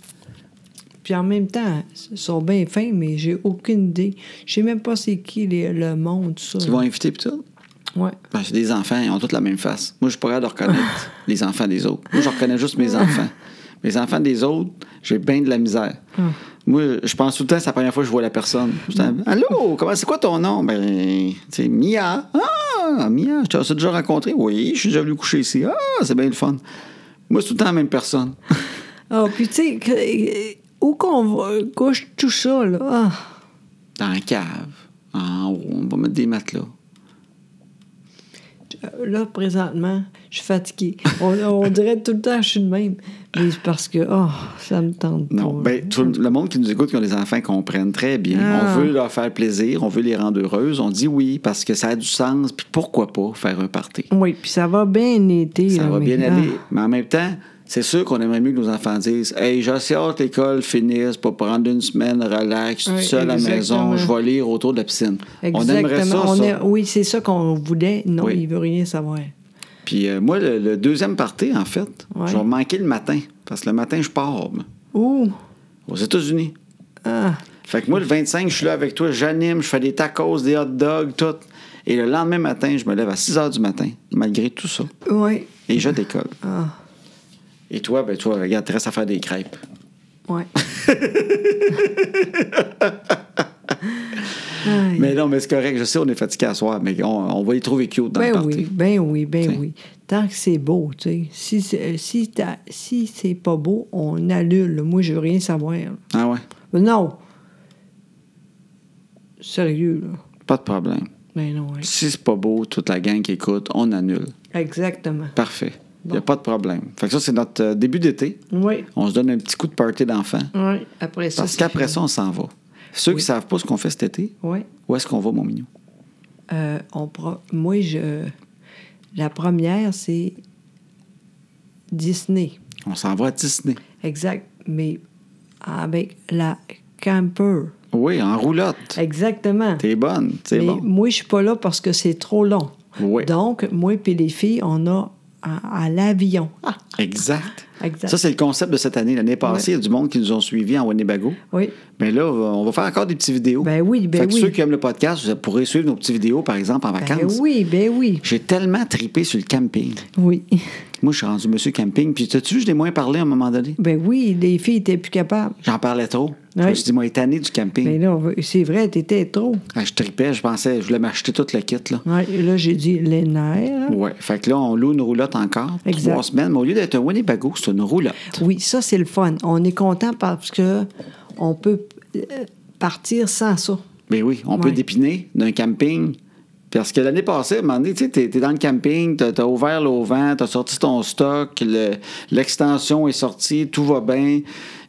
Speaker 2: Puis en même temps, ils sont bien fins, mais j'ai aucune idée. Je sais même pas c'est qui les- le monde, tout ça.
Speaker 1: Ils vont inviter, puis tout.
Speaker 2: Ouais.
Speaker 1: Ben, c'est des enfants, ils ont toutes la même face. Moi, je suis pas capable de reconnaître les enfants des autres. Moi, je reconnais juste mes enfants. Mes enfants des autres, j'ai bien de la misère. Moi, je pense tout le temps, c'est la première fois que je vois la personne. Je dis, Allô, comment c'est quoi ton nom? Ben, tu sais, Mia. Ah, Mia, tu as déjà rencontré? Oui, je suis déjà venu coucher ici. Ah, c'est bien le fun. Moi, c'est tout le temps la même personne.
Speaker 2: Ah, puis tu sais, que- où qu'on va, couche tout ça, là. Ah.
Speaker 1: Dans la cave, en haut, on va mettre des matelas.
Speaker 2: Là, présentement, je suis fatiguée. On, on dirait tout le temps que je suis de même. Mais c'est parce que, oh, ça me tente
Speaker 1: Non,
Speaker 2: pas.
Speaker 1: ben, tout le monde qui nous écoute, qui ont des enfants, comprennent très bien.
Speaker 2: Ah.
Speaker 1: On veut leur faire plaisir, on veut les rendre heureuses. On dit oui parce que ça a du sens. Puis pourquoi pas faire un party?
Speaker 2: Oui, puis ça va bien été.
Speaker 1: Ça
Speaker 2: là,
Speaker 1: va
Speaker 2: mais-
Speaker 1: bien
Speaker 2: ah,
Speaker 1: aller. Mais en même temps, C'est sûr qu'on aimerait mieux que nos enfants disent Hey, j'ai assez hâte que l'école finisse pour prendre une semaine, relax, tout
Speaker 2: Oui,
Speaker 1: seul à la
Speaker 2: exactement.
Speaker 1: maison, je vais lire autour de la piscine. On aimerait ça.
Speaker 2: On
Speaker 1: ça.
Speaker 2: a- Oui, c'est ça qu'on voulait. Non,
Speaker 1: Oui.
Speaker 2: il veut rien savoir.
Speaker 1: Puis euh, moi, le, le deuxième party, en fait,
Speaker 2: Ouais.
Speaker 1: je vais manquer le matin. Parce que le matin, je pars moi,
Speaker 2: Ouh!
Speaker 1: aux États-Unis.
Speaker 2: Ah!
Speaker 1: Fait que moi, le 25, je suis là avec toi, j'anime, je fais des tacos, des hot dogs, tout. Et le lendemain matin, je me lève à 6 heures du matin, malgré tout ça.
Speaker 2: Oui.
Speaker 1: Et je décolle.
Speaker 2: Ah!
Speaker 1: Et toi, ben toi, regarde, tu restes à faire des crêpes.
Speaker 2: Oui.
Speaker 1: Mais non, mais c'est correct, je sais, on est fatigué à soir, mais on, on va y trouver cute dans le
Speaker 2: Ben
Speaker 1: party.
Speaker 2: oui, ben oui, ben
Speaker 1: T'sais.
Speaker 2: oui. Tant que c'est beau, tu sais. Si, c'est- euh, si, t'as- si c'est pas beau, on annule. Moi, je veux rien savoir.
Speaker 1: Ah ouais,
Speaker 2: Mais non! Sérieux, là.
Speaker 1: pas de problème.
Speaker 2: Ben non, ouais.
Speaker 1: Si c'est pas beau, toute la gang qui écoute, on annule.
Speaker 2: Exactement.
Speaker 1: Parfait. Il n'y a pas de problème. Fait que ça, c'est notre euh, début d'été.
Speaker 2: Oui.
Speaker 1: On se donne un petit coup de party d'enfant.
Speaker 2: Oui. Après ça.
Speaker 1: Parce qu'après ça, on s'en va. Ceux qui ne savent pas ce qu'on fait cet été,
Speaker 2: Oui.
Speaker 1: où est-ce qu'on va, mon mignon?
Speaker 2: Euh, on pro- Moi, je. La première, c'est Disney.
Speaker 1: On s'en va à Disney.
Speaker 2: Exact. Mais avec la camper.
Speaker 1: Oui, en roulotte.
Speaker 2: Exactement.
Speaker 1: T'es bonne, c'est
Speaker 2: Mais
Speaker 1: bon.
Speaker 2: moi, je suis pas là parce que c'est trop long.
Speaker 1: Oui.
Speaker 2: Donc, moi et les filles, on a à, à l'avion. Ah,
Speaker 1: Exact.
Speaker 2: Exact.
Speaker 1: Ça, c'est le concept de cette année. L'année passée, il y a du monde qui nous ont suivis en Winnebago.
Speaker 2: oui.
Speaker 1: Mais là, on va faire encore des petites vidéos.
Speaker 2: Ben oui, ben
Speaker 1: fait que
Speaker 2: oui.
Speaker 1: ceux qui aiment le podcast, vous pourrez suivre nos petites vidéos, par exemple, en
Speaker 2: Ben
Speaker 1: vacances.
Speaker 2: oui, ben oui.
Speaker 1: J'ai tellement tripé sur le camping.
Speaker 2: Oui.
Speaker 1: Moi, je suis rendu monsieur camping. Puis, t'as-tu vu, je l'ai moins parlé à un moment donné?
Speaker 2: Ben oui, les filles étaient plus capables.
Speaker 1: J'en parlais trop. Je me
Speaker 2: Oui.
Speaker 1: suis dit, moi, il est tanné du camping.
Speaker 2: Mais là, on va- c'est vrai, t'étais trop.
Speaker 1: Ah, je tripais, je pensais, je voulais m'acheter tout le kit, là.
Speaker 2: Ouais, et là, j'ai dit les nerfs.
Speaker 1: Ouais. Fait que là, on loue une roulotte encore.
Speaker 2: Mm. Exact.
Speaker 1: Trois semaines. Mais au lieu d'être un Winnebago, c'est une roulotte.
Speaker 2: Oui, ça, c'est le fun. On est content parce que on peut euh, partir sans ça.
Speaker 1: Mais oui, on peut
Speaker 2: Ouais.
Speaker 1: dépiner d'un camping. Parce que l'année passée, à un moment donné, tu sais, t'es t'es dans le camping, t'as as ouvert l'auvent, t'as sorti ton stock, le- l'extension est sortie, tout va bien.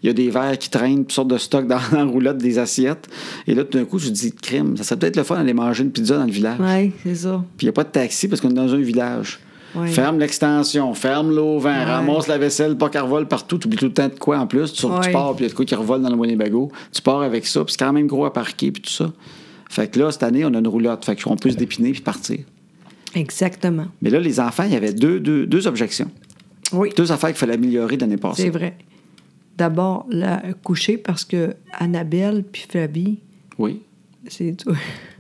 Speaker 1: Il y a des verres qui traînent, toutes sortes de stock dans la roulotte des assiettes. Et là, tout d'un coup, tu te dis, crime, ça serait peut-être le fun d'aller manger une pizza dans le village.
Speaker 2: Oui, c'est ça.
Speaker 1: Puis il n'y a pas de taxi parce qu'on est dans un village.
Speaker 2: Ouais.
Speaker 1: Ferme l'extension, ferme l'auvent, ramasse la vaisselle, pas qu'elle revole partout. Tu oublies tout le temps de quoi en plus. Tu, tu
Speaker 2: Ouais.
Speaker 1: pars, puis il y a de quoi qui revole dans le Winnebago. Tu pars avec ça, puis c'est quand même gros à parquer, puis tout ça. Fait que là, cette année, on a une roulotte. Fait qu'on peut se dépiner puis partir.
Speaker 2: Exactement.
Speaker 1: Mais là, les enfants, il y avait deux, deux, deux objections.
Speaker 2: Oui.
Speaker 1: Deux affaires qu'il fallait améliorer l'année
Speaker 2: C'est
Speaker 1: passée.
Speaker 2: vrai. D'abord, la coucher parce que Annabelle puis Flavie,
Speaker 1: Oui.
Speaker 2: c'est tout.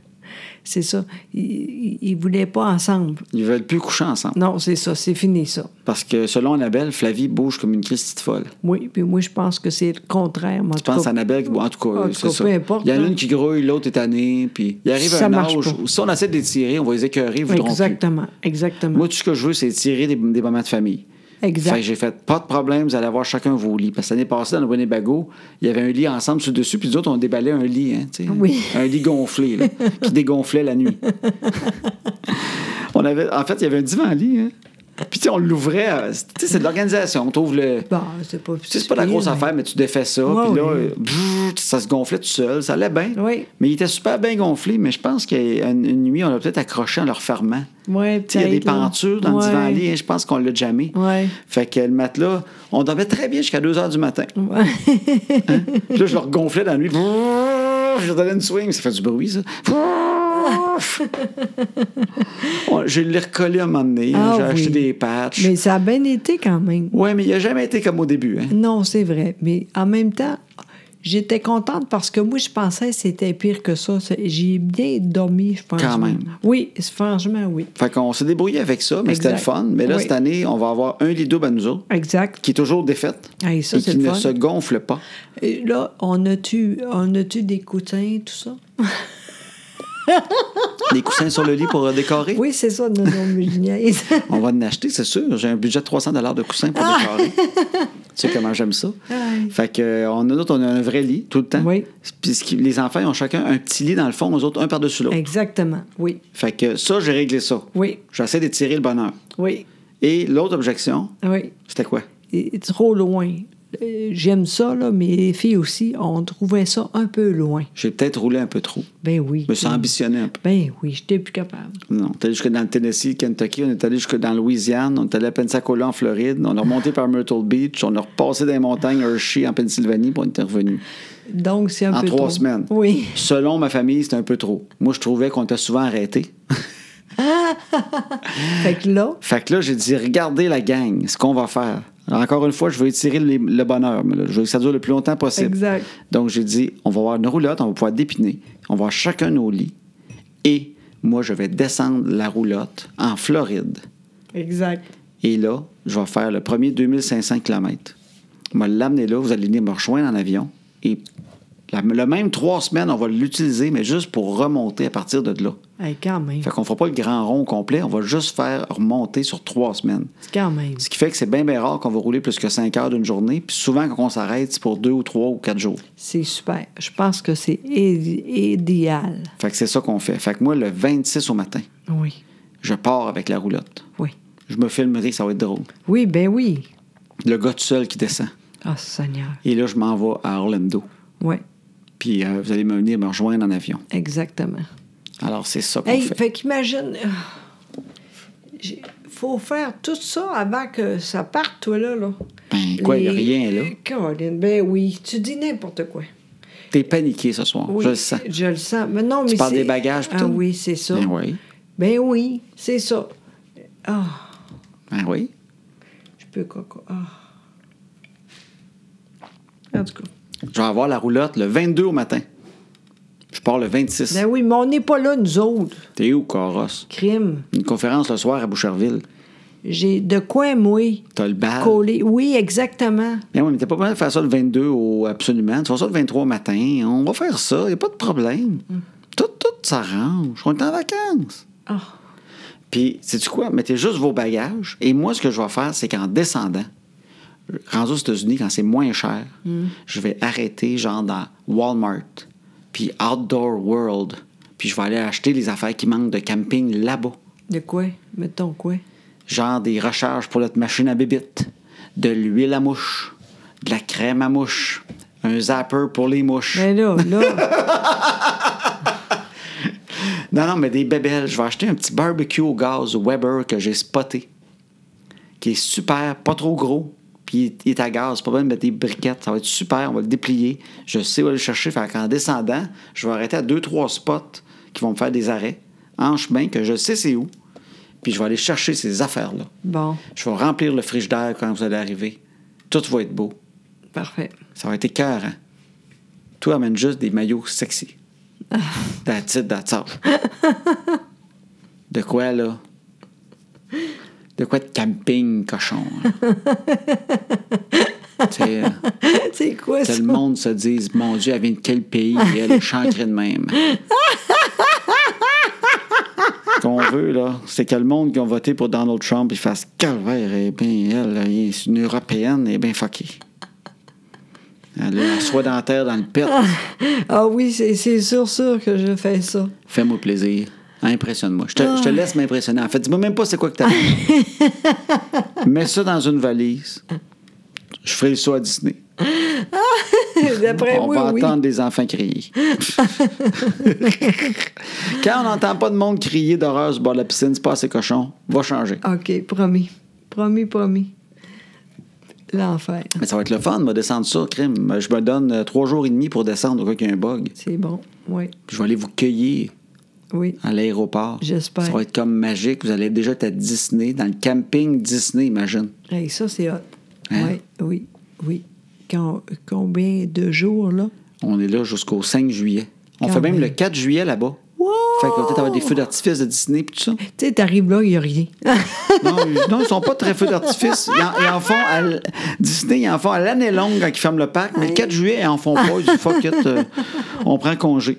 Speaker 2: c'est ça. Ils, ils voulaient pas ensemble.
Speaker 1: Ils veulent plus coucher ensemble.
Speaker 2: Non, c'est ça. C'est fini, ça.
Speaker 1: Parce que selon Annabelle, Flavie bouge comme une Christie de folle.
Speaker 2: Oui, puis moi, je pense que c'est le contraire. mais en
Speaker 1: Je
Speaker 2: tout
Speaker 1: pense
Speaker 2: cas-
Speaker 1: à Annabelle, qui- en tout cas,
Speaker 2: Ah,
Speaker 1: euh,
Speaker 2: En tout
Speaker 1: c'est
Speaker 2: cas,
Speaker 1: ça.
Speaker 2: peu importe,
Speaker 1: il y en a
Speaker 2: là.
Speaker 1: une qui grouille, l'autre est tannée, puis il arrive
Speaker 2: Ça
Speaker 1: un
Speaker 2: marche
Speaker 1: âge
Speaker 2: pas.
Speaker 1: où si on essaie de les tirer, on va les écœurer, ils voudront plus.
Speaker 2: Exactement. Exactement.
Speaker 1: Moi, tout ce que je veux, c'est tirer des, des moments de famille.
Speaker 2: Exact.
Speaker 1: Fait que j'ai fait pas de problème, vous allez avoir chacun vos lits. Parce que l'année passée, dans le Winnebago, il y avait un lit ensemble sur le dessus, puis nous autres, on déballait un lit, hein, tu sais.
Speaker 2: Oui.
Speaker 1: un lit gonflé, là, qui dégonflait la nuit. on avait, en fait, il y avait un divan-lit. Hein. Puis, tu sais, on l'ouvrait. à- Tu sais, c'est de l'organisation. On trouve le.
Speaker 2: Bon, Bah, c'est pas
Speaker 1: Tu sais, c'est pas la grosse
Speaker 2: mais-
Speaker 1: affaire, mais tu défais ça,
Speaker 2: Ouais,
Speaker 1: puis là,
Speaker 2: ouais.
Speaker 1: euh, brrr, ça se gonflait tout seul, ça allait bien.
Speaker 2: Oui.
Speaker 1: Mais il était super bien gonflé, mais je pense qu'une une nuit, on l'a peut-être accroché en le refermant.
Speaker 2: Ouais,
Speaker 1: Tu sais, il y a des
Speaker 2: peut-être, là.
Speaker 1: pentures dans
Speaker 2: Ouais.
Speaker 1: le divan-lit, hein, je pense qu'on l'a jamais.
Speaker 2: Ouais.
Speaker 1: Fait que le matelas, on dormait très bien jusqu'à 2 h du matin.
Speaker 2: Ah
Speaker 1: Hein? Puis là, je le regonflais dans la nuit. Brrr, Je donnais une swing, ça fait du bruit, ça. Brrr. On- je l'ai recollé à un moment donné. hein,
Speaker 2: Ah
Speaker 1: J'ai acheté
Speaker 2: oui.
Speaker 1: des patchs.
Speaker 2: Mais ça a bien été quand même.
Speaker 1: Ouais, mais il n'a jamais été comme au début. Hein?
Speaker 2: Non, c'est vrai. Mais en même temps, j'étais contente parce que moi, je pensais que c'était pire que ça. C'est- J'ai bien dormi, franchement.
Speaker 1: même.
Speaker 2: Oui, franchement, oui.
Speaker 1: Fait qu'on s'est débrouillé avec ça, mais c'était le
Speaker 2: Exact.
Speaker 1: fun. Mais là,
Speaker 2: Oui.
Speaker 1: cette année, on va avoir un lit double à nous autres,
Speaker 2: Exact.
Speaker 1: qui est toujours défaite
Speaker 2: Hey, ça,
Speaker 1: et
Speaker 2: c'est
Speaker 1: qui
Speaker 2: le
Speaker 1: ne
Speaker 2: fun.
Speaker 1: se gonfle pas.
Speaker 2: Et là, on a-tu on a-tu des coutins, tout ça?
Speaker 1: Les coussins sur le lit pour euh, décorer.
Speaker 2: Oui, c'est ça, non, non, mais je niaise.
Speaker 1: On va en acheter, c'est sûr. J'ai un budget de 300 de coussins pour décorer. tu sais comment j'aime ça.
Speaker 2: Ah! Aïe.
Speaker 1: Fait que, euh, on a, nous autres, on a un vrai lit tout le temps.
Speaker 2: Oui.
Speaker 1: Puis ce qui- les enfants, ils ont chacun un petit lit dans le fond, eux autres, un par-dessus l'autre.
Speaker 2: Exactement, oui.
Speaker 1: Fait que ça, j'ai réglé ça.
Speaker 2: Oui,
Speaker 1: J'essaie d'étirer le bonheur.
Speaker 2: oui,
Speaker 1: Et l'autre objection,
Speaker 2: oui.
Speaker 1: c'était quoi?
Speaker 2: Et- et trop loin. euh, j'aime ça, là, mais les filles aussi, on trouvait ça un peu loin.
Speaker 1: J'ai peut-être roulé un peu trop.
Speaker 2: Ben oui.
Speaker 1: Je me suis ambitionné un peu.
Speaker 2: Ben oui, j'étais plus capable.
Speaker 1: Non, on est allé jusque dans le Tennessee, Kentucky, on est allé jusque dans Louisiane, on est allé à Pensacola en Floride, on a remonté par Myrtle Beach, on a repassé dans les montagnes Hershey en Pennsylvanie pour être revenu.
Speaker 2: Donc, c'est un
Speaker 1: En
Speaker 2: peu
Speaker 1: trois
Speaker 2: trop.
Speaker 1: semaines.
Speaker 2: Oui.
Speaker 1: Selon ma famille, c'était un peu trop. Moi, je trouvais qu'on était souvent arrêté.
Speaker 2: Fait que là,
Speaker 1: Fait que là, j'ai dit, regardez la gang, ce qu'on va faire. Alors, encore une fois, je veux étirer les- le bonheur. mais là, je veux que ça dure le plus longtemps possible.
Speaker 2: Exact.
Speaker 1: Donc, j'ai dit, on va avoir une roulotte, on va pouvoir dépiner. On va avoir chacun nos lits. Et moi, je vais descendre la roulotte en Floride.
Speaker 2: exact.
Speaker 1: Et là, je vais faire le premier 2500 km. On va l'amener là, vous allez venir me rejoindre en avion. Et la- le même trois semaines, on va l'utiliser, mais juste pour remonter à partir de là.
Speaker 2: Hey, quand même.
Speaker 1: Fait qu'on fera pas le grand rond complet, on va juste faire remonter sur trois semaines.
Speaker 2: Quand même.
Speaker 1: Ce qui fait que c'est bien, bien rare qu'on va rouler plus que 5 heures d'une journée. Puis souvent, quand on s'arrête, c'est pour 2 ou 3 ou 4 jours.
Speaker 2: C'est super. Je pense que c'est i- idéal.
Speaker 1: Fait que c'est ça qu'on fait. Fait que moi, le 26 au matin,
Speaker 2: Oui.
Speaker 1: je pars avec la roulotte.
Speaker 2: Oui.
Speaker 1: Je me filmerai, ça va être drôle.
Speaker 2: Oui, ben oui.
Speaker 1: Le gars tout seul qui descend.
Speaker 2: Ah, Seigneur.
Speaker 1: Et là, je m'en vais à Orlando.
Speaker 2: Oui,
Speaker 1: Puis euh, vous allez me venir me rejoindre en avion.
Speaker 2: exactement.
Speaker 1: Alors, c'est ça qu'on
Speaker 2: Hey,
Speaker 1: fait.
Speaker 2: fait qu'imagine. ah, j'ai- Faut faire tout ça avant que ça parte, toi, là. là.
Speaker 1: Ben, quoi, il y a rien, là.
Speaker 2: Caroline, ben oui, tu dis n'importe quoi.
Speaker 1: T'es paniqué ce soir,
Speaker 2: Oui,
Speaker 1: je le sens.
Speaker 2: Je le sens. Mais non, mais
Speaker 1: parles
Speaker 2: c'est-
Speaker 1: des bagages,
Speaker 2: Ah
Speaker 1: plutôt?
Speaker 2: oui, c'est ça.
Speaker 1: Ben oui.
Speaker 2: Ben oui, c'est ça. Ah,
Speaker 1: Ben oui.
Speaker 2: je peux coco. Ah. En tout cas.
Speaker 1: Je vais avoir la roulotte le 22 au matin. Je pars le 26.
Speaker 2: Ben oui, mais on n'est pas là, nous autres.
Speaker 1: T'es où, Coros?
Speaker 2: Crime.
Speaker 1: Une conférence le soir à Boucherville.
Speaker 2: J'ai de quoi, moi,
Speaker 1: T'as le bal.
Speaker 2: coller. Oui, exactement.
Speaker 1: Mais ouais, mais t'es pas besoin de faire ça le 22 au absolument. Tu vas ça le 23 au matin. On va faire ça. Il a pas de problème.
Speaker 2: Mm.
Speaker 1: Tout, tout s'arrange. On est en vacances.
Speaker 2: Ah.
Speaker 1: Puis, sais-tu quoi? Mettez juste vos bagages. Et moi, ce que je vais faire, c'est qu'en descendant, rendu aux États-Unis, quand c'est moins cher, je vais arrêter, genre, dans Walmart, puis Outdoor World. Puis, je vais aller acheter les affaires qui manquent de camping là-bas.
Speaker 2: De quoi? Mettons quoi?
Speaker 1: genre des recharges pour notre machine à bébite, de l'huile à mouche, de la crème à mouche, un zapper pour les mouches.
Speaker 2: Ben là, là,
Speaker 1: Non, non, mais des bébelles. Je vais acheter un petit barbecue au gaz Weber que j'ai spoté, qui est super, pas trop gros, puis il est- il est à gaz. Pas besoin de mettre des briquettes. Ça va être super, on va le déplier. Je sais où aller le chercher. Fait qu'en descendant, je vais arrêter à deux, trois spots qui vont me faire des arrêts en chemin que je sais c'est où. Puis je vais aller chercher ces affaires-là.
Speaker 2: bon,
Speaker 1: Je vais remplir le frigidaire quand vous allez arriver. Tout va être beau.
Speaker 2: parfait.
Speaker 1: Ça va être écœurant. hein. Toi, amène juste des maillots sexy. That's it, that's all. De quoi, là? De quoi de camping, cochon? là? tu sais, euh,
Speaker 2: c'est quoi
Speaker 1: que
Speaker 2: ça?
Speaker 1: le monde se dise, mon Dieu, elle vient de quel pays? Et elle est chancrée de même. Ce qu'on veut, là, c'est que le monde qui a voté pour Donald Trump, il fasse calvaire, et bien, elle, elle est une Européenne, et bien fuckée. Elle a soit dentaire dans le pet.
Speaker 2: Ah oui, c'est- c'est sûr, sûr que je fais ça.
Speaker 1: Fais-moi plaisir. Impressionne-moi. Je te, je te laisse m'impressionner. En fait, dis-moi même pas c'est quoi que t'as. Mets ça dans une valise. Je ferai le saut à Disney.
Speaker 2: D'après
Speaker 1: on
Speaker 2: moi,
Speaker 1: va
Speaker 2: Ben oui.
Speaker 1: entendre des enfants crier. Quand on n'entend pas de monde crier d'horreur sur le bord de la piscine, c'est pas assez cochon. Va changer.
Speaker 2: OK, promis. Promis, promis. L'enfer.
Speaker 1: Mais ça va être le fun, me descendre ça, crime. Je me donne euh, trois jours et demi pour descendre au cas qu'il y ait un bug.
Speaker 2: C'est bon. Oui,
Speaker 1: Puis je vais aller vous cueillir
Speaker 2: oui.
Speaker 1: à l'aéroport.
Speaker 2: J'espère.
Speaker 1: Ça va être comme magique. Vous allez déjà être à Disney, dans le camping Disney, imagine.
Speaker 2: Hey, ça, c'est hot.
Speaker 1: Hein?
Speaker 2: Oui, oui, oui. Quand- combien de jours, là?
Speaker 1: On est là jusqu'au 5 juillet. On
Speaker 2: Quand
Speaker 1: fait même
Speaker 2: même.
Speaker 1: le 4 juillet là-bas.
Speaker 2: Wow!
Speaker 1: Fait qu'on va peut-être avoir des feux d'artifice de Disney puis tout ça.
Speaker 2: Tu sais, t'arrives là, il n'y a rien.
Speaker 1: Non, ils- non, ils sont pas très feux d'artifice. Ils, en- ils en font à l- Disney, ils en font à l'année longue quand ils ferment le parc, mais le 4 juillet, ils en font pas. Ils disent fuck it, euh, on prend congé.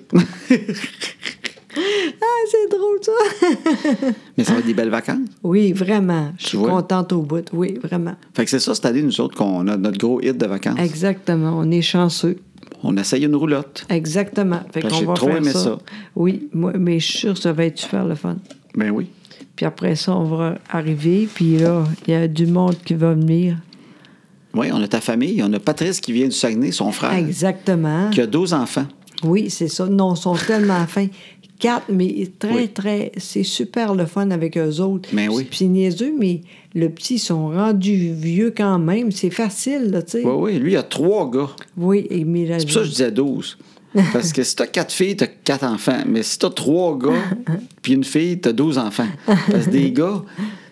Speaker 2: ah, c'est drôle, ça.
Speaker 1: mais ça va être des belles vacances.
Speaker 2: oui, vraiment. Je suis
Speaker 1: vois? Ah,
Speaker 2: contente au bout. Oui, vraiment.
Speaker 1: Fait que c'est ça cette année, nous autres, qu'on a notre gros hit de vacances.
Speaker 2: Exactement. On est chanceux.
Speaker 1: On essaye une roulotte.
Speaker 2: Exactement. Fait
Speaker 1: Parce que Ben, j'ai
Speaker 2: qu'on va
Speaker 1: trop
Speaker 2: faire
Speaker 1: aimé
Speaker 2: ça.
Speaker 1: ça.
Speaker 2: Oui, moi, mais je suis sûre que ça va être super le fun.
Speaker 1: Ben oui.
Speaker 2: Puis après ça, on va arriver, puis là, il y a du monde qui va venir.
Speaker 1: Oui, on a ta famille. On a Patrice qui vient du Saguenay, son frère,
Speaker 2: Exactement.
Speaker 1: qui a 12 enfants.
Speaker 2: Oui, c'est ça. Non, ils sont tellement fins. Quatre, mais très,
Speaker 1: Oui.
Speaker 2: très. C'est super le fun avec eux autres.
Speaker 1: Mais oui.
Speaker 2: Puis c'est niaiseux, mais le petit, ils sont rendus vieux quand même. C'est facile, là, tu sais.
Speaker 1: Oui, oui. Lui, il a trois gars.
Speaker 2: Oui, et mais la-
Speaker 1: C'est pour ça que je disais 12. Parce que si t'as quatre filles, t'as quatre enfants. Mais si t'as trois gars, puis une fille, t'as 12 enfants. Parce que des gars,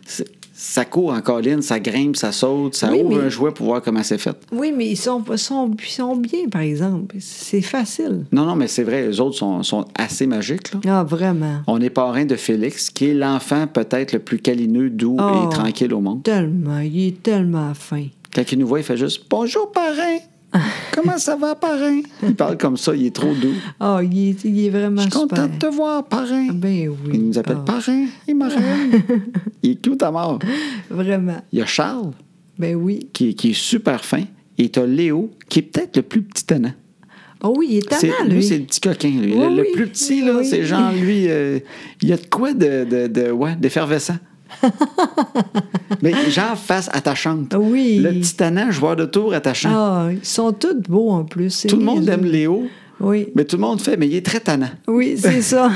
Speaker 1: c'est- ça court en colline, ça grimpe, ça saute, ça
Speaker 2: Oui,
Speaker 1: ouvre
Speaker 2: mais-
Speaker 1: un jouet pour voir comment c'est fait.
Speaker 2: Oui, mais ils sont, sont, ils sont bien, par exemple. C'est facile.
Speaker 1: Non, non, mais c'est vrai, les autres sont, sont assez magiques. Là.
Speaker 2: Ah, vraiment.
Speaker 1: On est parrain de Félix, qui est l'enfant peut-être le plus câlineux, doux
Speaker 2: Oh.
Speaker 1: et tranquille au monde.
Speaker 2: Tellement, il est tellement fin.
Speaker 1: Quand il nous voit, il fait juste Bonjour, parrain! Comment ça va, parrain? Il parle comme ça, il est trop doux.
Speaker 2: Ah, il, est, il est
Speaker 1: Je
Speaker 2: vraiment
Speaker 1: suis content
Speaker 2: super.
Speaker 1: de te voir, parrain.
Speaker 2: Ben oui.
Speaker 1: Il nous appelle
Speaker 2: Ah,
Speaker 1: parrain et marraine. il est tout à mort.
Speaker 2: Vraiment.
Speaker 1: Il y a Charles,
Speaker 2: Ben oui.
Speaker 1: qui, qui est super fin. Et tu Léo, qui est peut-être le plus petit tenant.
Speaker 2: Ah oui, il est
Speaker 1: C'est-
Speaker 2: tannant,
Speaker 1: lui,
Speaker 2: lui.
Speaker 1: c'est le petit coquin. Lui.
Speaker 2: Oui,
Speaker 1: le, le
Speaker 2: oui.
Speaker 1: plus petit, là,
Speaker 2: Oui.
Speaker 1: c'est genre, lui, euh, il y a de quoi de, de, de- ouais, d'effervescent. Mais genre face attachante.
Speaker 2: Oui.
Speaker 1: Le petit tannant, joueur de tour attachant.
Speaker 2: Ah, ils sont tous beaux en plus. c'est
Speaker 1: tout le monde
Speaker 2: niaiseux.
Speaker 1: aime Léo,
Speaker 2: Oui,
Speaker 1: mais tout le monde fait, mais il est très tannant.
Speaker 2: oui, c'est ça.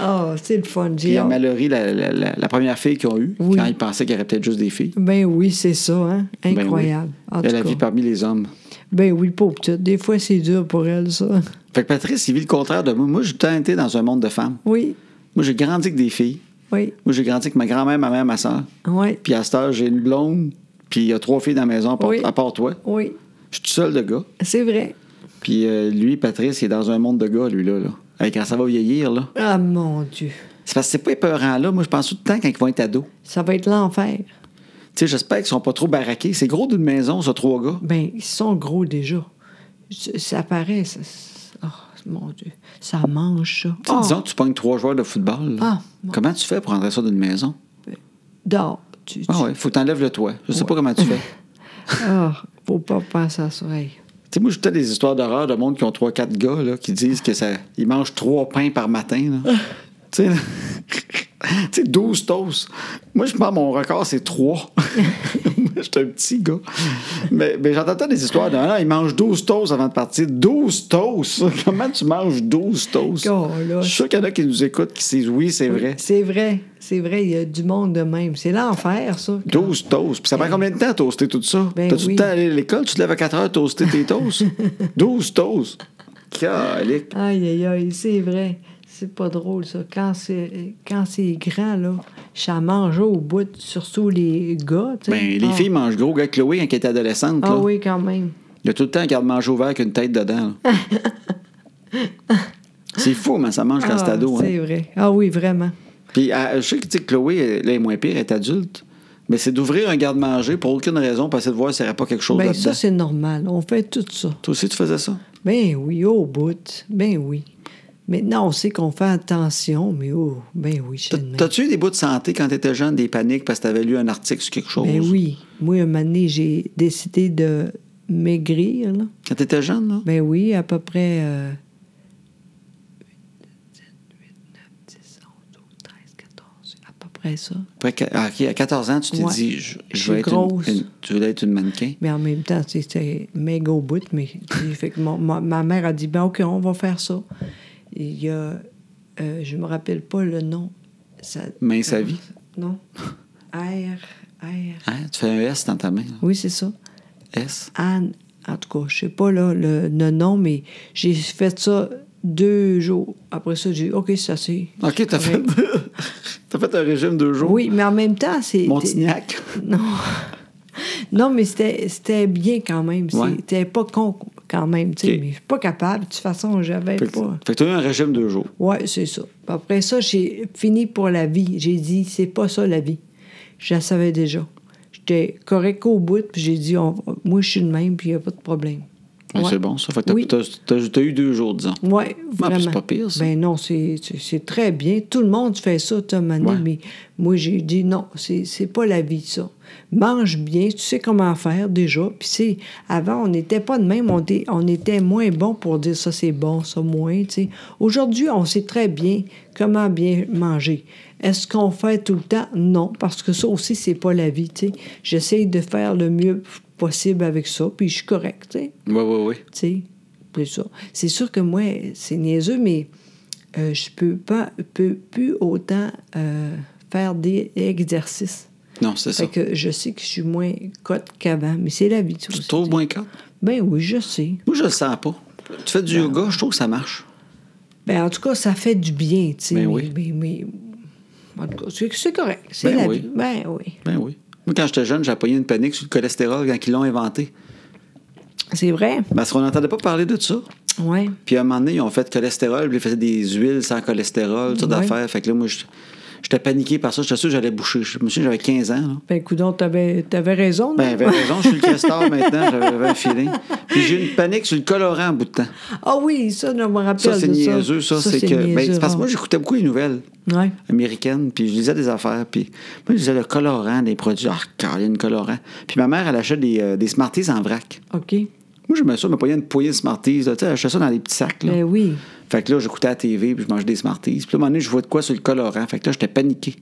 Speaker 2: Ah, c'est le fun,
Speaker 1: Puis il y a
Speaker 2: Gio.
Speaker 1: Mallory, la, la- la- la première fille qu'ils ont eue,
Speaker 2: Oui.
Speaker 1: quand ils pensaient qu'il y aurait peut-être juste des filles.
Speaker 2: Ben oui, c'est ça, hein?
Speaker 1: Ben oui.
Speaker 2: Incroyable. En
Speaker 1: Elle a
Speaker 2: tout
Speaker 1: vie
Speaker 2: cas.
Speaker 1: parmi les hommes.
Speaker 2: Ben oui, pauvre petite. Des fois, c'est dur pour elle, ça.
Speaker 1: Fait que Patrice, il vit le contraire de moi. Moi, j'ai tout le temps été dans un monde de femmes.
Speaker 2: Oui,
Speaker 1: Moi, j'ai grandi avec des filles.
Speaker 2: oui,
Speaker 1: Moi, j'ai grandi avec ma grand-mère, ma mère, ma soeur.
Speaker 2: oui,
Speaker 1: Puis à cette heure, j'ai une blonde, puis il y a trois filles dans la maison, à part,
Speaker 2: Oui.
Speaker 1: à part toi.
Speaker 2: oui.
Speaker 1: Je suis tout seul de gars.
Speaker 2: C'est vrai.
Speaker 1: Puis euh, lui, Patrice, il est dans un monde de gars, lui-là. Là. Hey, quand ça va vieillir, là.
Speaker 2: Ah, mon Dieu.
Speaker 1: C'est parce que c'est pas épeurant, là. Moi, je pense tout le temps quand ils vont être ados.
Speaker 2: Ça va être l'enfer.
Speaker 1: Tu sais, j'espère qu'ils sont pas trop baraqués. C'est gros d'une maison, ça, trois gars.
Speaker 2: Ben, ils sont gros déjà. Ça ça paraît, ça... Oh, mon Dieu. Ça mange, ça.
Speaker 1: Tu sais,
Speaker 2: Ah,
Speaker 1: Disons que tu pognes trois joueurs de football. là.
Speaker 2: Ah, bon.
Speaker 1: Comment tu fais pour rentrer ça d'une maison?
Speaker 2: dors. Tu, tu-
Speaker 1: Ah ouais, faut que t'enlèves le toit. Je sais pas comment tu fais.
Speaker 2: Ah, faut pas penser à ça. Hey.
Speaker 1: Tu sais, moi, j'étais des histoires d'horreur de monde qui ont 3-4 gars là, qui disent que ça. Ils mangent 3 pains par matin.
Speaker 2: Ah.
Speaker 1: là. tu sais, là. Tu sais, 12 toasts. Moi, je pense que mon record, c'est 3. Moi, j'étais un petit gars. Mais, mais j'entendais des histoires de. Ah, ils mangent 12 toasts avant de partir. 12 toasts! Comment tu manges 12 toasts?
Speaker 2: Oh, là,
Speaker 1: je suis sûr qu'il y en a qui nous écoutent qui disent oui, c'est vrai.
Speaker 2: C'est vrai, c'est vrai, il y a du monde de même. C'est l'enfer, ça.
Speaker 1: 12 toasts. Puis ça prend combien de temps à toaster tout ça?
Speaker 2: Ben
Speaker 1: T'as-tu
Speaker 2: oui.
Speaker 1: le temps d'aller à l'école? Tu te lèves à 4 heures toaster tes toasts? 12 toasts! Calique.
Speaker 2: Aïe, aïe, aïe, c'est vrai. C'est pas drôle, ça. Quand c'est, quand c'est grand, là, ça mange au bout, surtout les gars, tu sais.
Speaker 1: Ben, les
Speaker 2: Ah.
Speaker 1: filles mangent gros, gars. Chloé, quand elle était adolescente,
Speaker 2: Ah
Speaker 1: là,
Speaker 2: oui, quand même.
Speaker 1: il y a tout le temps un garde-manger ouvert avec une tête dedans. là. c'est fou, mais ça mange quand c'est
Speaker 2: Ah,
Speaker 1: ado. hein.
Speaker 2: c'est vrai. Ah oui, vraiment.
Speaker 1: Puis, elle- je sais que tu sais, Chloé, elle est moins pire, elle est adulte. Mais c'est d'ouvrir un garde-manger pour aucune raison, pour essayer de voir s'il n'y aurait pas quelque chose
Speaker 2: Ben,
Speaker 1: là-dedans.
Speaker 2: ça, c'est normal. On fait tout ça.
Speaker 1: Toi aussi, tu faisais ça?
Speaker 2: Ben oui, au bout. Ben oui. Maintenant, on sait qu'on fait attention, mais oh, ben oui,
Speaker 1: T'as-
Speaker 2: chaînement.
Speaker 1: T'as-tu eu des bouts de santé quand t'étais jeune, des paniques parce que t'avais lu un article sur quelque chose?
Speaker 2: Ben oui. Moi, un moment donné, j'ai décidé de maigrir, là.
Speaker 1: Quand t'étais jeune, là?
Speaker 2: Ben oui, à peu près. euh, 10, 11, 12, 13, 14, à peu près ça.
Speaker 1: Après, qu- ah, ok, à 14 ans, tu t'es
Speaker 2: Ouais.
Speaker 1: dit, je,
Speaker 2: Je
Speaker 1: je
Speaker 2: suis
Speaker 1: veux être une-
Speaker 2: grosse.
Speaker 1: une- tu voulais être une mannequin.
Speaker 2: Mais en même temps, tu sais, c'était méga au bout. Mais tu sais, fait que mon- ma, ma mère a dit ben, OK, on va faire ça. Et Il y a. euh, je me rappelle pas le nom. Ça, euh,
Speaker 1: Mince à vie.
Speaker 2: Non. R. R.
Speaker 1: Hein? Tu fais un S dans ta main, là.
Speaker 2: Oui, c'est ça.
Speaker 1: S.
Speaker 2: Anne, en tout cas, je sais pas là, le, le nom, mais j'ai fait ça deux jours. Après ça, j'ai dit, OK, ça c'est.
Speaker 1: OK, t'as fait,
Speaker 2: correct.
Speaker 1: t'as fait un régime de jours.
Speaker 2: Oui, mais en même temps, c'est.
Speaker 1: Montignac.
Speaker 2: Non. Non, mais c'était c'était bien quand même.
Speaker 1: Ouais.
Speaker 2: C'était pas con quand même, tu sais,
Speaker 1: Ok.
Speaker 2: mais je suis pas capable. De toute façon, j'avais
Speaker 1: Fait que
Speaker 2: pas.
Speaker 1: fait que t'as eu un régime de jours.
Speaker 2: Ouais, c'est ça. Puis Après ça, j'ai fini pour la vie. J'ai dit, c'est pas ça la vie. Je la savais déjà. J'étais correct au bout, puis j'ai dit, on- moi, je suis de même, puis il n'y a pas de problème.
Speaker 1: Ben,
Speaker 2: Ouais.
Speaker 1: C'est bon, ça. Fait que t'as-
Speaker 2: Oui.
Speaker 1: t'as- t'as t'as eu deux jours, disons.
Speaker 2: Oui,
Speaker 1: Ah,
Speaker 2: vraiment.
Speaker 1: puis c'est pas pire, ça.
Speaker 2: Ben non, c'est- c'est c'est très bien. Tout le monde fait ça, Tom Mané,
Speaker 1: Ouais.
Speaker 2: mais moi, j'ai dit non, c'est c'est pas la vie, ça. Mange bien, tu sais comment faire déjà. Puis c'est, avant, on n'était pas de même, on était, on était moins bon pour dire ça, c'est bon, ça, moins, tu sais. Aujourd'hui, on sait très bien comment bien manger. Est-ce qu'on fait tout le temps? Non, parce que ça aussi, c'est pas la vie, tu sais. J'essaye de faire le mieux possible avec ça, puis je suis correcte, tu sais
Speaker 1: Oui, oui, oui.
Speaker 2: tu sais, plus ça. C'est sûr que moi, c'est niaiseux, mais euh, je peux pas, peux plus autant euh, faire des exercices.
Speaker 1: Non, c'est ça.
Speaker 2: Fait que je sais que je suis moins cote qu'avant, mais c'est la vie, ça
Speaker 1: Tu te
Speaker 2: aussi.
Speaker 1: trouves moins quatre?
Speaker 2: Ben oui, je sais.
Speaker 1: Moi, je le sens pas. Tu fais du yoga, je trouve que ça marche.
Speaker 2: Ben en tout cas, ça fait du bien, tu sais.
Speaker 1: Ben
Speaker 2: mais-
Speaker 1: oui.
Speaker 2: mais- mais- en tout cas, c'est- c'est correct. C'est
Speaker 1: Ben
Speaker 2: la
Speaker 1: oui.
Speaker 2: vie. Ben oui.
Speaker 1: Ben oui. Moi, quand j'étais jeune, j'ai pogné une panique sur le cholestérol quand ils l'ont inventé. Ben,
Speaker 2: C'est vrai.
Speaker 1: Parce qu'on n'entendait pas parler de ça.
Speaker 2: Ouais.
Speaker 1: Puis à un moment donné, ils ont fait cholestérol, puis ils faisaient des huiles sans cholestérol, toutes sortes
Speaker 2: Ouais.
Speaker 1: d'affaires. Fait que là, moi, je- j'étais paniqué par ça. J'étais sûr que j'allais boucher. Je me souviens, j'avais 15 ans. là.
Speaker 2: Ben coudon, t'avais avais raison. non?
Speaker 1: Ben, j'avais raison, je suis le crestor maintenant, j'avais j'avais un feeling. Puis j'ai eu une panique sur le colorant en bout de temps.
Speaker 2: ah oui, ça, je me rappelle
Speaker 1: Ça, c'est
Speaker 2: de
Speaker 1: niaiseux, ça. c'est que. ben,
Speaker 2: niaiseux,
Speaker 1: c'est parce que moi,
Speaker 2: ouais.
Speaker 1: j'écoutais beaucoup les nouvelles
Speaker 2: Ouais.
Speaker 1: américaines, puis je lisais des affaires, puis moi, je lisais le colorant des produits. Ah, Caroline, colorant. Puis ma mère, elle achetait des, euh, des Smarties en vrac.
Speaker 2: OK.
Speaker 1: Moi, je me suis me payait une poignée de Smarties. là. Tu sais, j'achetais ça dans les petits sacs. Là.
Speaker 2: Ben oui.
Speaker 1: Fait que là, j'écoutais la TV, puis je mangeais des Smarties. Puis là, à un moment donné, je vois de quoi sur le colorant. Fait que là, j'étais paniqué.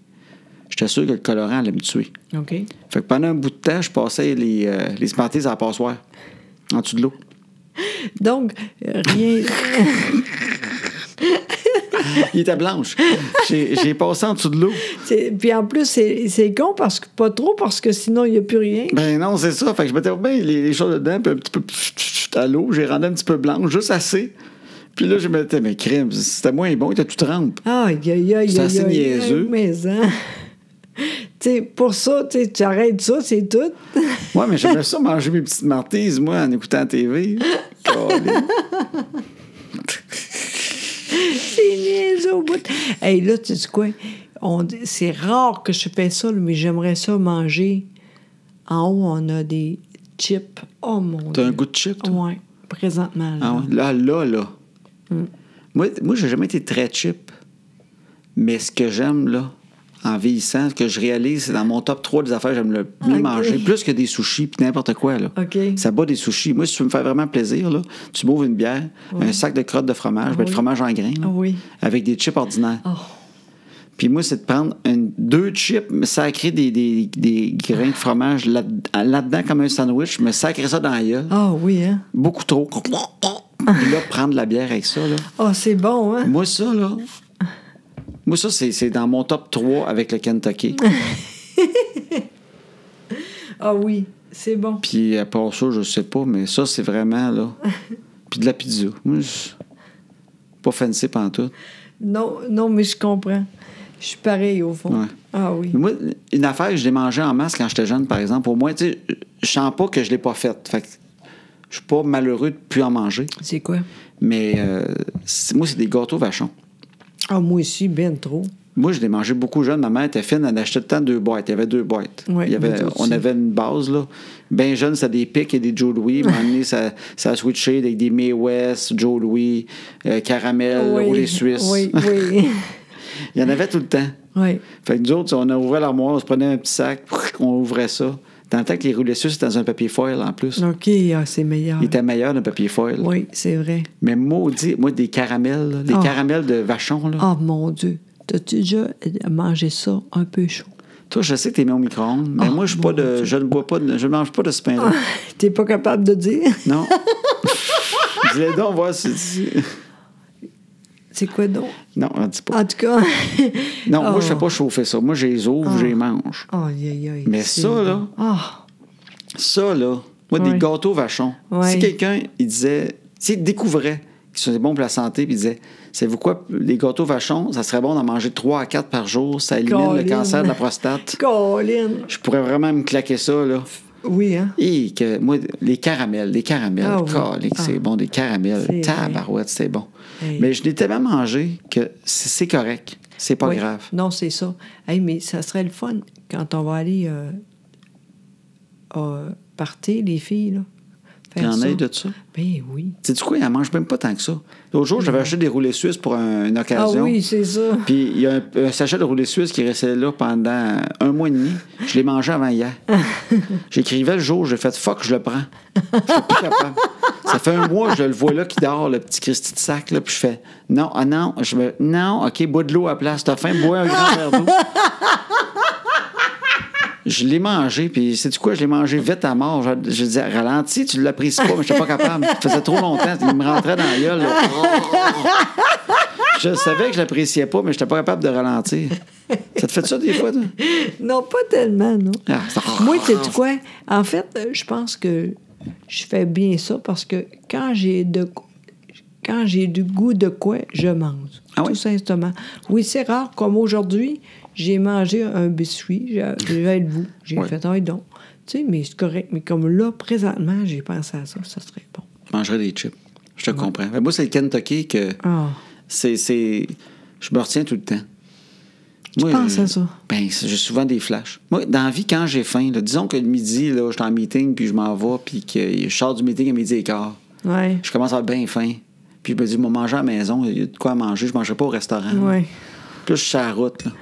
Speaker 1: J'étais sûr que le colorant allait me tuer.
Speaker 2: OK.
Speaker 1: Fait que pendant un bout de temps, je passais les, euh, les Smarties à la passoire, en dessous de l'eau.
Speaker 2: Donc, euh, rien.
Speaker 1: Il était blanche. J'ai j'ai passé en dessous de l'eau.
Speaker 2: c'est- Puis en plus, c'est c'est con parce que pas trop, parce que sinon, il n'y a plus rien.
Speaker 1: Ben non, c'est ça. Fait que je mettais bien les, les choses dedans, puis un petit peu pfft, pfft, à l'eau. J'ai rendu un petit peu blanche, juste assez. Puis là, je mettais mes crèmes. C'était moins bon, il était tout trempe.
Speaker 2: Ah, aïe, aïe, aïe,
Speaker 1: C'est
Speaker 2: aïe,
Speaker 1: assez
Speaker 2: aïe, aïe,
Speaker 1: niaiseux.
Speaker 2: Mais, hein. Tu sais, pour ça, tu sais, tu arrêtes ça, c'est tout.
Speaker 1: Ouais, mais j'aimais ça manger mes petites martises, moi, en écoutant la TV. Colin.
Speaker 2: C'est niaiseux au bout. Hey, là, tu dis quoi? On dit- C'est rare que je fais ça, là, mais j'aimerais ça manger. En haut, on a des chips. Oh mon
Speaker 1: T'as un
Speaker 2: Dieu.
Speaker 1: goût de chip, toi?
Speaker 2: Ouais, présentement. Là.
Speaker 1: Ah ouais, Là, là, là.
Speaker 2: Mm.
Speaker 1: Moi, moi j'ai jamais été très chip. Mais ce que j'aime, là, en vieillissant, ce que je réalise, c'est dans mon top 3 des affaires que j'aime le mieux
Speaker 2: Ok.
Speaker 1: manger, plus que des sushis puis n'importe quoi, là.
Speaker 2: OK.
Speaker 1: Ça bat des sushis. Moi, si tu veux me faire vraiment plaisir, là, tu m'ouvres une bière, un sac de crottes de fromage, ben,
Speaker 2: Oui.
Speaker 1: le fromage en grains, là,
Speaker 2: Ah oui.
Speaker 1: avec des chips ordinaires.
Speaker 2: Oh.
Speaker 1: Puis moi, c'est de prendre une- deux chips, me sacrer des, des, des grains de fromage là- là-dedans comme un sandwich, me sacrer ça dans la gueule
Speaker 2: Ah oui, hein?
Speaker 1: beaucoup trop. Puis là, prendre la bière avec ça, là.
Speaker 2: Ah, c'est bon, hein?
Speaker 1: Moi, ça, là. Moi, ça, c'est c'est dans mon top 3 avec le Kentucky.
Speaker 2: Ah oui, c'est bon.
Speaker 1: Puis à part ça, je sais pas, mais ça, c'est vraiment, là. Puis de la pizza. Moi, je- Pas fancy pantoute.
Speaker 2: Non, non, mais je comprends. Je suis pareil au fond.
Speaker 1: Ouais.
Speaker 2: Ah oui.
Speaker 1: Mais moi, une affaire que je l'ai mangée en masse quand j'étais jeune, par exemple, au moins, tu sais, je sens pas que je l'ai pas faite. Fait que je suis pas malheureux de plus en manger.
Speaker 2: C'est quoi?
Speaker 1: Mais euh, c'est- moi, c'est des gâteaux vachons.
Speaker 2: Ah, moi aussi, ben trop.
Speaker 1: Moi, je l'ai mangé beaucoup jeune. Ma mère était fine, elle achetait tout le temps deux boîtes. Il y avait deux boîtes.
Speaker 2: Ouais,
Speaker 1: Il y avait-
Speaker 2: mais toi aussi.
Speaker 1: on avait une base, là. Bien jeune, c'était des pics et des Joe Louis. À un moment donné, ça, ça a switché avec des May West, Joe Louis, euh, Caramel,
Speaker 2: oui,
Speaker 1: ou les Suisses.
Speaker 2: Oui, oui.
Speaker 1: Il y en avait tout le temps.
Speaker 2: oui.
Speaker 1: Fait que nous autres, on a ouvert l'armoire, on se prenait un petit sac, on ouvrait ça. Dans le temps que les roulés suisses étaient dans un papier foil, en plus.
Speaker 2: OK, ah, c'est meilleur.
Speaker 1: Il était meilleur d'un papier foil.
Speaker 2: Oui, c'est vrai.
Speaker 1: Mais maudit, moi, des caramels, là, des
Speaker 2: Ah.
Speaker 1: caramels de vachon, là.
Speaker 2: Oh mon Dieu. T'as-tu déjà mangé ça un peu chaud?
Speaker 1: Toi, je sais que t'es mis au micro-ondes, mais
Speaker 2: Ah,
Speaker 1: moi, je suis
Speaker 2: mon
Speaker 1: pas de, je ne bois pas, de- je ne mange pas de ce pain-là.
Speaker 2: T'es pas capable de dire?
Speaker 1: Non. Dis-le donc, voir si. si-
Speaker 2: C'est quoi donc?
Speaker 1: Non, on dit pas.
Speaker 2: En tout cas.
Speaker 1: Non, moi,
Speaker 2: oh.
Speaker 1: je fais pas chauffer ça. Moi, je les ouvre, je les mange.
Speaker 2: Oh, aïe, aïe.
Speaker 1: Mais
Speaker 2: c'est
Speaker 1: ça,
Speaker 2: bon.
Speaker 1: là-
Speaker 2: Ah,
Speaker 1: Ça, là, moi,
Speaker 2: Ouais.
Speaker 1: des gâteaux vachons.
Speaker 2: Ouais.
Speaker 1: Si quelqu'un, il disait, s'il découvrait qu'ils sont bons pour la santé, puis il disait, savez-vous quoi, les gâteaux vachons, ça serait bon d'en manger 3 à 4 par jour, ça élimine le
Speaker 2: Colin.
Speaker 1: cancer de la prostate.
Speaker 2: Colin.
Speaker 1: Je pourrais vraiment me claquer ça, là.
Speaker 2: Oui, hein?
Speaker 1: Et que, moi, les caramels, les caramels,
Speaker 2: Ah oui.
Speaker 1: calique, c'est
Speaker 2: Ah.
Speaker 1: bon, des caramels,
Speaker 2: C'est
Speaker 1: tabarouette, c'est bon.
Speaker 2: Hey.
Speaker 1: Mais je l'ai tellement mangé que c'est c'est correct, c'est pas
Speaker 2: Ouais.
Speaker 1: grave.
Speaker 2: Non, c'est ça. Hey, mais ça serait le fun quand on va aller euh, euh, partir, les filles. Là.
Speaker 1: Il y
Speaker 2: faire
Speaker 1: en
Speaker 2: ça.
Speaker 1: a eu de ça.
Speaker 2: Ben oui.
Speaker 1: Tu sais quoi, elle mange même pas tant que ça. L'autre jour, j'avais acheté des roulés suisses pour un- une
Speaker 2: Mm. Ah
Speaker 1: occasion.
Speaker 2: oui, c'est ça.
Speaker 1: Puis il y a un, un sachet de roulés suisses qui restait là pendant un mois et demi. Je l'ai mangé avant hier. J'écrivais le jour, j'ai fait fuck, je le prends. Je suis plus capable. Ça fait un mois, je le vois là qui dort, le petit Christy de sac, là, puis je fais non, ah non, je me. Non, ok, bois de l'eau à la place, t'as faim, bois un grand verre d'eau. Je l'ai mangé, puis c'est du quoi? Je l'ai mangé vite à mort. Je, je disais, ralenti, tu l'apprécies pas, mais je pas capable. Ça faisait trop longtemps, il me rentrait dans la gueule. là. Je savais que je l'appréciais pas, mais je n'étais pas capable de ralentir. Ça te fait ça des fois, toi?
Speaker 2: Non, pas tellement, non.
Speaker 1: Ah, ça-
Speaker 2: Moi, tu sais quoi? En fait, euh, je pense que je fais bien ça parce que quand j'ai de quand j'ai du goût de quoi, je mange.
Speaker 1: Ah oui?
Speaker 2: Tout simplement. Oui, c'est rare. Comme aujourd'hui, j'ai mangé un biscuit. j'a- J'avais le goût. J'ai
Speaker 1: Ouais.
Speaker 2: fait un don. Tu sais, mais c'est correct. Mais comme là, présentement, j'ai pensé à ça. Ça serait bon.
Speaker 1: Je mangerais des chips. Je te comprends. Mais moi, c'est le Kentucky que
Speaker 2: Ah.
Speaker 1: c'est, c'est- Je me retiens tout le temps. Tu
Speaker 2: penses à ça?
Speaker 1: Ben, c'est- j'ai souvent des flashs. Moi, dans la vie, quand j'ai faim, là, disons que le midi, là, je suis en meeting, puis je m'en vais, puis que je sors du meeting à midi et quart.
Speaker 2: Ouais.
Speaker 1: Je commence à avoir bien faim. Puis je me dis, je vais manger à la maison, il y a de quoi à manger, je ne mangerai pas au restaurant. là.
Speaker 2: Ouais.
Speaker 1: Puis là, je suis sur la route. Là.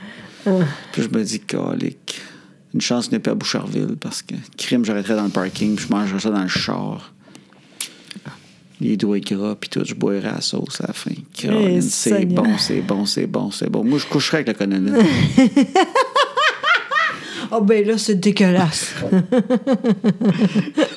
Speaker 2: Ah.
Speaker 1: Puis je me dis, calique. Une chance n'est pas à Boucherville parce que crime, j'arrêterais dans le parking puis je mangerais ça dans le char. Les doigts gras puis tout, je boirais à la sauce à la fin. Caroline, c'est
Speaker 2: Eh, Seigneur.
Speaker 1: bon, c'est bon, c'est bon, c'est bon. Moi, je coucherais avec la cannelle.
Speaker 2: Ah ben là, c'est dégueulasse.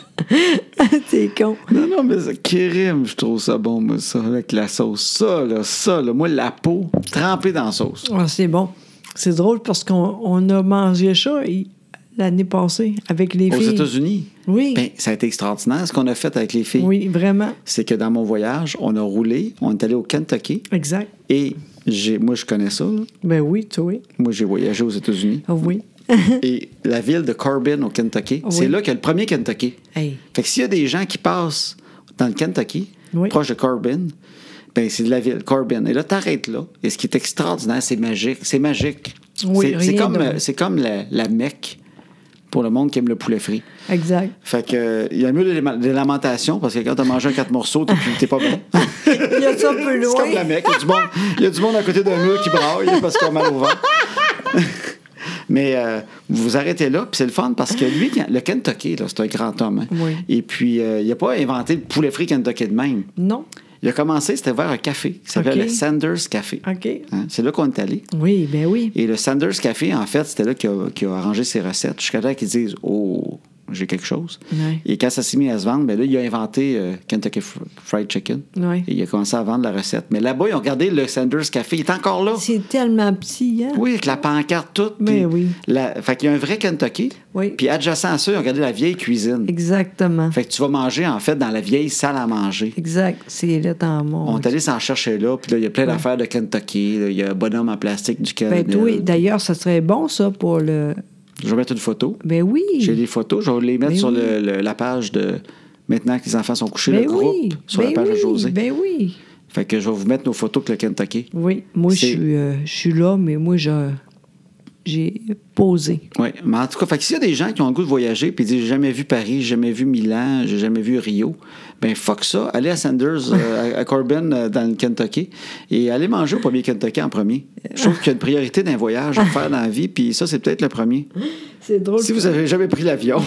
Speaker 2: T'es con.
Speaker 1: non, non, mais c'est crime, je trouve ça bon, moi, ça, avec la sauce. Ça, là, ça, là, moi, la peau trempée dans la sauce.
Speaker 2: Ah, c'est bon. C'est drôle parce qu'on on a mangé ça et- l'année passée avec les
Speaker 1: Aux
Speaker 2: filles.
Speaker 1: États-Unis.
Speaker 2: Oui.
Speaker 1: Ben, ça a été extraordinaire ce qu'on a fait avec les filles.
Speaker 2: Oui, vraiment.
Speaker 1: C'est que dans mon voyage, on a roulé, on est allé au Kentucky.
Speaker 2: Exact.
Speaker 1: Et j'ai, moi, je connais ça. là.
Speaker 2: Ben oui, tu oui.
Speaker 1: Moi, j'ai voyagé aux États-Unis.
Speaker 2: Ah oui.
Speaker 1: Et la ville de Corbin, au Kentucky,
Speaker 2: Oui.
Speaker 1: c'est là qu'il y a le premier Kentucky.
Speaker 2: Hey.
Speaker 1: Fait que s'il y a des gens qui passent dans le Kentucky,
Speaker 2: Oui.
Speaker 1: proche de Corbin, ben c'est de la ville, Corbin. Et là, t'arrêtes là. Et ce qui est extraordinaire, c'est magique. C'est magique.
Speaker 2: Oui,
Speaker 1: c'est, c'est
Speaker 2: rien
Speaker 1: comme,
Speaker 2: de-
Speaker 1: euh, c'est comme la, la Mecque pour le monde qui aime le poulet frit.
Speaker 2: Exact.
Speaker 1: Fait que, euh, il y a mieux des des lamentations, parce que quand t'as mangé un quatre morceaux, t'es, plus- t'es pas bon.
Speaker 2: Il y a ça un peu
Speaker 1: C'est
Speaker 2: loin.
Speaker 1: comme la Mecque. Il y a du monde, il y a du monde à côté d'un mur qui braille parce qu'on a mal au ventre. Mais euh, vous vous arrêtez là, puis c'est le fun parce que lui, quand- le Kentucky, là, c'est un grand homme. hein.
Speaker 2: Oui.
Speaker 1: Et puis, euh, il n'a pas inventé le poulet frit Kentucky de même.
Speaker 2: Non.
Speaker 1: Il a commencé, c'était vers un café qui s'appelle
Speaker 2: OK.
Speaker 1: le Sanders Café.
Speaker 2: OK.
Speaker 1: Hein, C'est là qu'on est allé.
Speaker 2: Oui, ben oui.
Speaker 1: Et le Sanders Café, en fait, c'était là qu'il a, qu'il a arrangé ses recettes. Jusqu'à là qu'ils disent Oh, j'ai quelque chose.
Speaker 2: Ouais.
Speaker 1: Et quand ça s'est mis à se vendre, ben là, il a inventé euh, Kentucky Fr- Fried Chicken.
Speaker 2: Ouais.
Speaker 1: Et il a commencé à vendre la recette. Mais là-bas, ils ont regardé le Sanders Café. Il est encore là.
Speaker 2: C'est tellement petit, hein?
Speaker 1: Oui, avec la pancarte toute. puis
Speaker 2: Mais oui.
Speaker 1: la- Fait qu'il y a un vrai Kentucky.
Speaker 2: Oui.
Speaker 1: Puis adjacent à ça, ils ont regardé la vieille cuisine.
Speaker 2: Exactement.
Speaker 1: Fait que tu vas manger, en fait, dans la vieille salle à manger.
Speaker 2: Exact. C'est là dans mon.
Speaker 1: On est allé s'en chercher là, puis là, il y a plein d'affaires de Kentucky. là, Il y a un bonhomme en plastique du
Speaker 2: ben
Speaker 1: Canada.
Speaker 2: oui, d'ailleurs, ça serait bon, ça, pour le.
Speaker 1: Je vais mettre une photo.
Speaker 2: Ben oui.
Speaker 1: J'ai des photos, je vais les mettre
Speaker 2: Mais
Speaker 1: sur
Speaker 2: oui.
Speaker 1: le- le- la page de Maintenant que les enfants sont couchés,
Speaker 2: ben
Speaker 1: le groupe,
Speaker 2: oui.
Speaker 1: sur
Speaker 2: ben
Speaker 1: la page
Speaker 2: oui.
Speaker 1: de José.
Speaker 2: Ben oui.
Speaker 1: Fait que je vais vous mettre nos photos avec le Kentucky.
Speaker 2: Oui, moi, je
Speaker 1: C'est-
Speaker 2: suis, euh, je suis là, mais moi, je, j'ai posé.
Speaker 1: Oui, mais en tout cas, fait que s'il y a des gens qui ont le goût de voyager puis ils disent j'ai jamais vu Paris, j'ai jamais vu Milan, j'ai jamais vu Rio, ben fuck ça, allez à Sanders, euh, à, à Corbin euh, dans le Kentucky et allez manger au premier Kentucky en premier. Je trouve qu'il y a une priorité d'un voyage à faire dans la vie, puis ça c'est peut-être le premier.
Speaker 2: C'est drôle.
Speaker 1: Si vous avez jamais pris l'avion,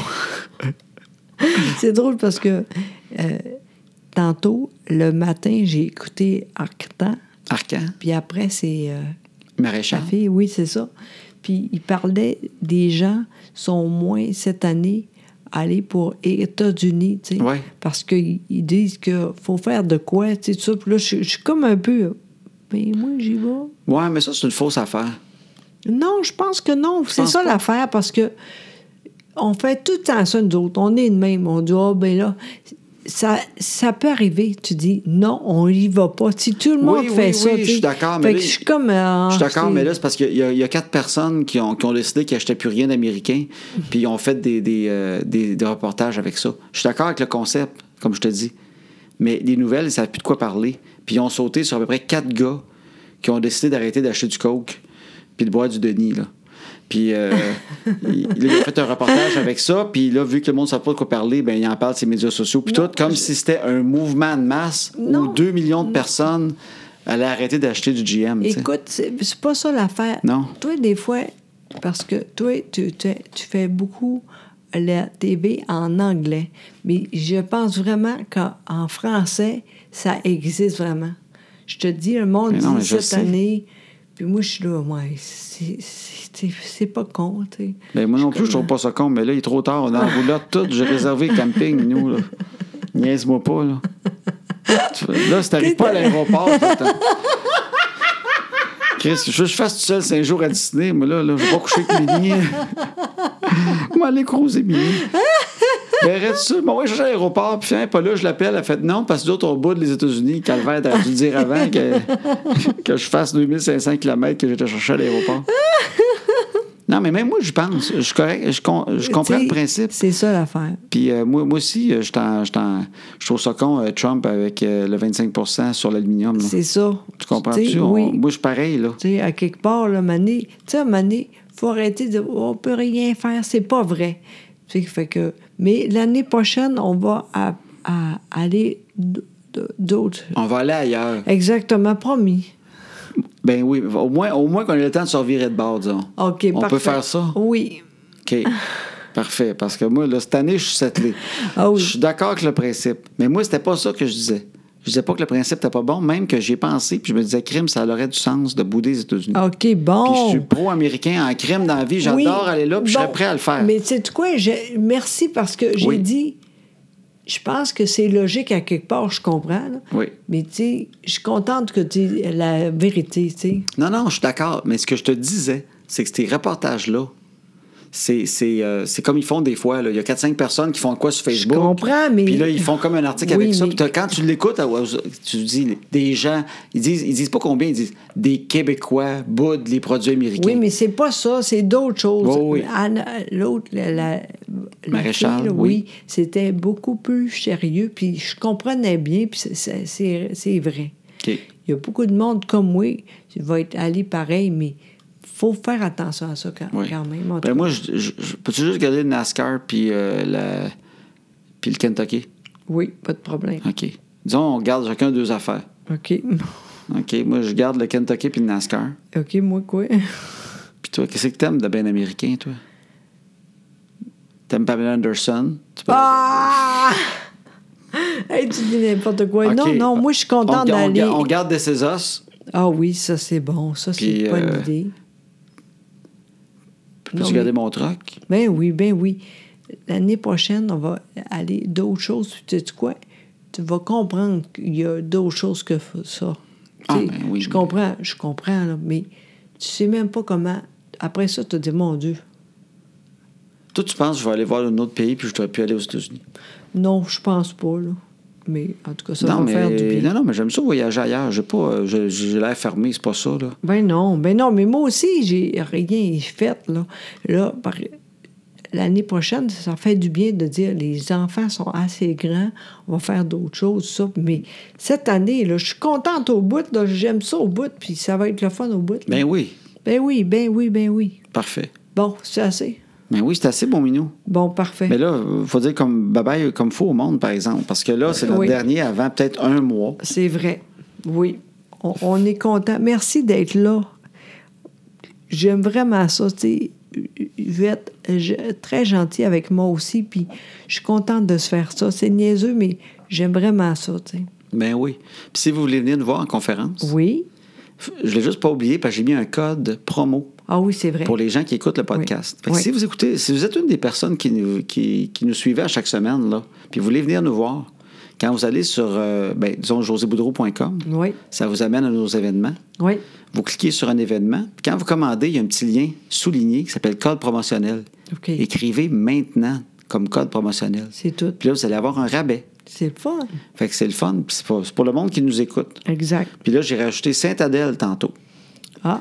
Speaker 2: C'est drôle parce que euh, tantôt, le matin, j'ai écouté Arctan,
Speaker 1: Arcan,
Speaker 2: puis après, c'est euh,
Speaker 1: Maréchal.
Speaker 2: ta fille, oui, c'est ça. Puis il parlait des gens sont moins cette année allés pour États-Unis, tu sais,
Speaker 1: Ouais.
Speaker 2: parce qu'ils ils disent que faut faire de quoi, tu sais, tout ça. Puis là, je suis- je suis comme un peu, euh, mais moi, j'y vais.
Speaker 1: Ouais, mais ça c'est une fausse affaire.
Speaker 2: Non, je pense que non. C'est
Speaker 1: pense
Speaker 2: ça
Speaker 1: pas.
Speaker 2: l'affaire parce que on fait tout le temps ça, nous autres. On est de même. On dit, oh, ben là, ça, ça peut arriver. Tu dis, non, on y va pas. Si tout le monde
Speaker 1: Oui,
Speaker 2: fait
Speaker 1: oui,
Speaker 2: ça.
Speaker 1: oui,
Speaker 2: tu
Speaker 1: je suis
Speaker 2: sais.
Speaker 1: d'accord, mais
Speaker 2: Fait
Speaker 1: là,
Speaker 2: que je suis comme. euh,
Speaker 1: Je suis d'accord,
Speaker 2: c'est-
Speaker 1: mais là, c'est parce qu'il y, a- il y a quatre personnes qui ont, qui ont décidé qu'ils n'achetaient plus rien d'américain, puis ils ont fait des, des, euh, des- des reportages avec ça. Je suis d'accord avec le concept, comme je te dis. Mais les nouvelles, ils ne savent plus de quoi parler. Puis ils ont sauté sur à peu près quatre gars qui ont décidé d'arrêter d'acheter du coke, puis de boire du Denis, là. Puis euh, il, là, il a fait un reportage avec ça. Puis là, vu que le monde ne savait pas de quoi parler, ben, il en parle de ses médias sociaux. Puis tout, comme si c'était un mouvement de masse
Speaker 2: Non.
Speaker 1: où 2 millions de personnes allaient arrêter d'acheter du GM. tu sais.
Speaker 2: Écoute, c'est c'est pas ça l'affaire.
Speaker 1: Non.
Speaker 2: Toi, des fois, parce que toi, tu, tu- tu fais beaucoup la TV en anglais, mais je pense vraiment qu'en français, ça existe vraiment. Je te dis, le monde
Speaker 1: Mais non, mais
Speaker 2: dit
Speaker 1: je
Speaker 2: cette
Speaker 1: sais.
Speaker 2: année, puis moi, je suis là, ouais, c'est- c'est c'est- c'est pas con, tu sais.
Speaker 1: Ben, moi non plus, je trouve pas ça con, mais là, il est trop tard. On est en roulotte tout. J'ai réservé le camping, nous. Là. Niaise-moi pas, là. Tu- Là, si t'arrives pas à l'aéroport, t'attends. Chris, je veux que je fasse tout seul cinq jours à Disney, mais là, là je vais pas coucher avec Mini. Je vais aller cruiser Mini. Ben, reste sûr. Bon, ouais, je suis à l'aéroport, puis elle est pas là, je l'appelle. Elle fait non, parce que d'autres au bout des États-Unis, Calvaire, t'aurais dû dire avant que, que je fasse 2500 km que j'étais chercher à l'aéroport. Non, mais même moi, je pense. Je, suis correct, je, com- je comprends
Speaker 2: Tu sais,
Speaker 1: le principe.
Speaker 2: C'est ça l'affaire.
Speaker 1: Puis euh, moi, moi aussi, euh, je, t'en- je, t'en- je trouve ça con, euh, Trump, avec euh, le 25 sur l'aluminium. là.
Speaker 2: C'est ça.
Speaker 1: Tu comprends-tu?
Speaker 2: sais,
Speaker 1: On-
Speaker 2: oui.
Speaker 1: Moi, je suis pareil, là.
Speaker 2: Tu sais, à quelque part, là, Mané, tu sais, Mané, faut arrêter de dire on peut rien faire, c'est pas vrai. Tu sais, fait que, mais l'année prochaine, on va à, à aller d- d- d'autres.
Speaker 1: On va aller ailleurs.
Speaker 2: Exactement, promis.
Speaker 1: Ben oui, au moins, au moins qu'on ait le temps de se revirer de bord, disons.
Speaker 2: OK,
Speaker 1: On
Speaker 2: parfait.
Speaker 1: peut faire ça?
Speaker 2: Oui.
Speaker 1: OK. Parfait. Parce que moi, là, cette année, je suis settlé.
Speaker 2: Ah oui.
Speaker 1: Je suis d'accord avec le principe. Mais moi, c'était pas ça que je disais. Je disais pas que le principe n'était pas bon, même que j'y ai pensé, puis je me disais, crime, ça aurait du sens de bouder les États-Unis.
Speaker 2: OK, bon.
Speaker 1: Puis je suis pro-américain en crime dans la vie. J'adore
Speaker 2: Ah Oui.
Speaker 1: aller là, puis je serais
Speaker 2: Bon.
Speaker 1: prêt à le faire.
Speaker 2: Mais tu sais quoi? j'ai- Merci parce que j'ai
Speaker 1: Oui.
Speaker 2: dit, je pense que c'est logique à quelque part, je comprends. là.
Speaker 1: Oui.
Speaker 2: Mais tu sais, je suis contente que tu dises la vérité, tu sais.
Speaker 1: Non, non, je suis d'accord. Mais ce que je te disais, c'est que ces reportages-là, c'est c'est, euh, c'est comme ils font des fois. là. Il y a 4-5 personnes qui font de quoi sur Facebook.
Speaker 2: comprends, mais-
Speaker 1: Puis là, ils font comme un article
Speaker 2: Oui,
Speaker 1: avec ça.
Speaker 2: mais-
Speaker 1: Puis t'as- quand tu l'écoutes, à- tu dis des gens, ils disent, ils disent pas combien, ils disent des Québécois boudent les produits américains.
Speaker 2: Oui, mais c'est pas ça, c'est d'autres choses.
Speaker 1: Oui, oui.
Speaker 2: Anne- L'autre, la, la- la
Speaker 1: Maréchal,
Speaker 2: là,
Speaker 1: oui.
Speaker 2: c'était beaucoup plus sérieux, puis je comprenais bien, puis c'est- c'est- c'est c'est vrai.
Speaker 1: OK.
Speaker 2: Il y a beaucoup de monde comme moi qui va être allé pareil, mais faut faire attention à ça quand,
Speaker 1: Oui.
Speaker 2: quand même. en tout
Speaker 1: Ben
Speaker 2: cas.
Speaker 1: moi, je, je- je- peux-tu juste regarder le NASCAR puis, euh, la- puis le Kentucky?
Speaker 2: Oui, pas de problème.
Speaker 1: OK. Disons, on garde chacun deux affaires.
Speaker 2: OK.
Speaker 1: OK. Moi, je garde le Kentucky puis le NASCAR.
Speaker 2: OK, moi, quoi?
Speaker 1: Puis toi, qu'est-ce que t'aimes de bien américain, toi? T'aimes Pamela Anderson? Tu peux-
Speaker 2: Ah! Hey, tu dis n'importe quoi.
Speaker 1: OK.
Speaker 2: Non, non, moi, je suis
Speaker 1: On- on-
Speaker 2: contente d'aller.
Speaker 1: On garde des Césars.
Speaker 2: Ah oui, ça, c'est bon. Ça,
Speaker 1: Puis,
Speaker 2: c'est une bonne
Speaker 1: euh,
Speaker 2: idée.
Speaker 1: Peux-tu
Speaker 2: Non, mais-
Speaker 1: garder mon truck?
Speaker 2: Ben oui, ben oui. L'année prochaine, on va aller d'autres choses. Puis, Tu sais quoi? Tu vas comprendre qu'il y a d'autres choses que f- ça.
Speaker 1: Ah,
Speaker 2: Tu sais,
Speaker 1: ben oui,
Speaker 2: je
Speaker 1: mais-
Speaker 2: comprends, je comprends, là, mais tu sais même pas comment. Après ça, tu te dis, mon Dieu,
Speaker 1: Toi, tu penses que je vais aller voir un autre pays puis je devrais plus aller aux États-Unis?
Speaker 2: non, je pense pas, là. Mais en tout cas, ça
Speaker 1: non,
Speaker 2: va faire du
Speaker 1: mais...
Speaker 2: bien.
Speaker 1: non, non, mais j'aime ça voyager ailleurs. J'ai pas... euh, j'ai- J'ai l'air fermé, c'est pas ça, là.
Speaker 2: Ben non, ben non, mais moi aussi, j'ai rien fait, là. Là, par- l'année prochaine, ça fait du bien de dire les enfants sont assez grands, on va faire d'autres choses, ça. Mais cette année, là, je suis contente au bout, là, j'aime ça au bout, puis ça va être le fun au bout. là.
Speaker 1: Ben oui,
Speaker 2: Ben oui, ben oui, ben oui.
Speaker 1: parfait.
Speaker 2: Bon, c'est assez.
Speaker 1: Ben oui, c'est assez bon, Minou.
Speaker 2: Bon, parfait.
Speaker 1: Mais là, euh, faut dire comme bye-bye, comme faux au monde, par exemple. Parce que là, c'est notre
Speaker 2: Oui.
Speaker 1: dernier avant peut-être un mois.
Speaker 2: C'est vrai. Oui. On, on est content. Merci d'être là. J'aime vraiment ça. tu sais. Je vais être je- très gentil avec moi aussi. Puis je suis contente de se faire ça. C'est niaiseux, mais j'aime vraiment ça. tu sais.
Speaker 1: Ben oui. Puis si vous voulez venir nous voir en conférence,
Speaker 2: Oui.
Speaker 1: je l'ai juste pas oublié parce que j'ai mis un code promo
Speaker 2: Ah oui, c'est vrai.
Speaker 1: pour les gens qui écoutent le podcast. Fait que
Speaker 2: Oui.
Speaker 1: Si vous écoutez, si vous êtes une des personnes qui nous, qui, qui nous suivait à chaque semaine, là, puis vous voulez venir nous voir, quand vous allez sur, euh, ben, disons, joséboudreau.com,
Speaker 2: Oui.
Speaker 1: ça vous amène à nos événements.
Speaker 2: Oui.
Speaker 1: Vous cliquez sur un événement, puis quand vous commandez, il y a un petit lien souligné qui s'appelle code promotionnel.
Speaker 2: OK.
Speaker 1: Écrivez maintenant comme code promotionnel.
Speaker 2: C'est tout.
Speaker 1: Puis là, vous allez avoir un rabais.
Speaker 2: C'est le fun.
Speaker 1: Fait que c'est le fun, puis c'est pour, c'est pour le monde qui nous écoute.
Speaker 2: Exact.
Speaker 1: Puis là, j'ai rajouté Sainte-Adèle tantôt.
Speaker 2: Ah,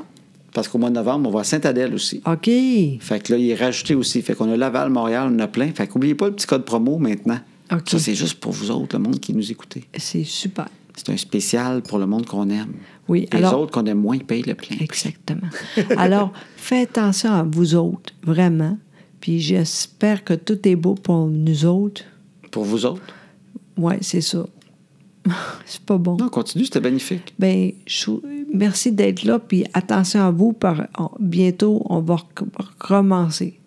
Speaker 1: Parce qu'au mois de novembre, on va à Sainte-Adèle aussi.
Speaker 2: OK.
Speaker 1: Fait que là, il est rajouté aussi. Fait qu'on a Laval, Montréal, on en a plein. Fait qu'oubliez pas le petit code promo maintenant.
Speaker 2: OK.
Speaker 1: Ça, c'est juste pour vous autres, le monde qui nous écoutez.
Speaker 2: C'est super.
Speaker 1: C'est un spécial pour le monde qu'on aime.
Speaker 2: Oui,
Speaker 1: Les
Speaker 2: alors-
Speaker 1: autres qu'on aime moins payent le plein.
Speaker 2: Exactement. Alors, faites attention à vous autres, vraiment. Puis j'espère que tout est beau pour nous autres.
Speaker 1: Pour vous autres?
Speaker 2: Oui, c'est ça. c'est pas bon.
Speaker 1: Non, continue, c'était magnifique.
Speaker 2: Ben, je trou- merci d'être là, puis attention à vous. Par, on- bientôt, on va rec- recommencer.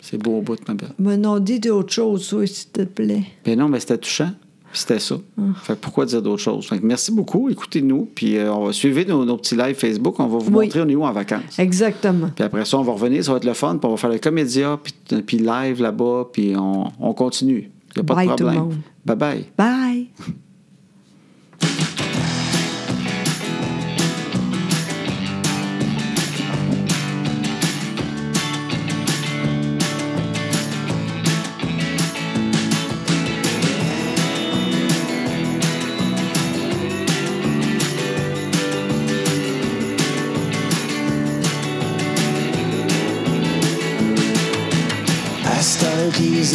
Speaker 1: C'est beau au bout de ma belle.
Speaker 2: Mais non, dis d'autres choses, toi, s'il te plaît.
Speaker 1: Ben non, mais c'était touchant. Puis c'était ça.
Speaker 2: Ah.
Speaker 1: Fait que pourquoi dire d'autres choses? Fait que merci beaucoup. Écoutez-nous. Puis euh, on va suivre nos, nos petits lives Facebook. On va vous
Speaker 2: Oui.
Speaker 1: montrer on est où en vacances.
Speaker 2: Exactement.
Speaker 1: Puis après ça, on va revenir. Ça va être le fun. Puis on va faire le comédia. Puis, puis live là-bas. Puis on, on continue. Il n'y a pas
Speaker 2: Bye,
Speaker 1: de
Speaker 2: tout le
Speaker 1: problème.
Speaker 2: monde.
Speaker 1: Bye bye.
Speaker 2: Bye.
Speaker 3: À ce temps que les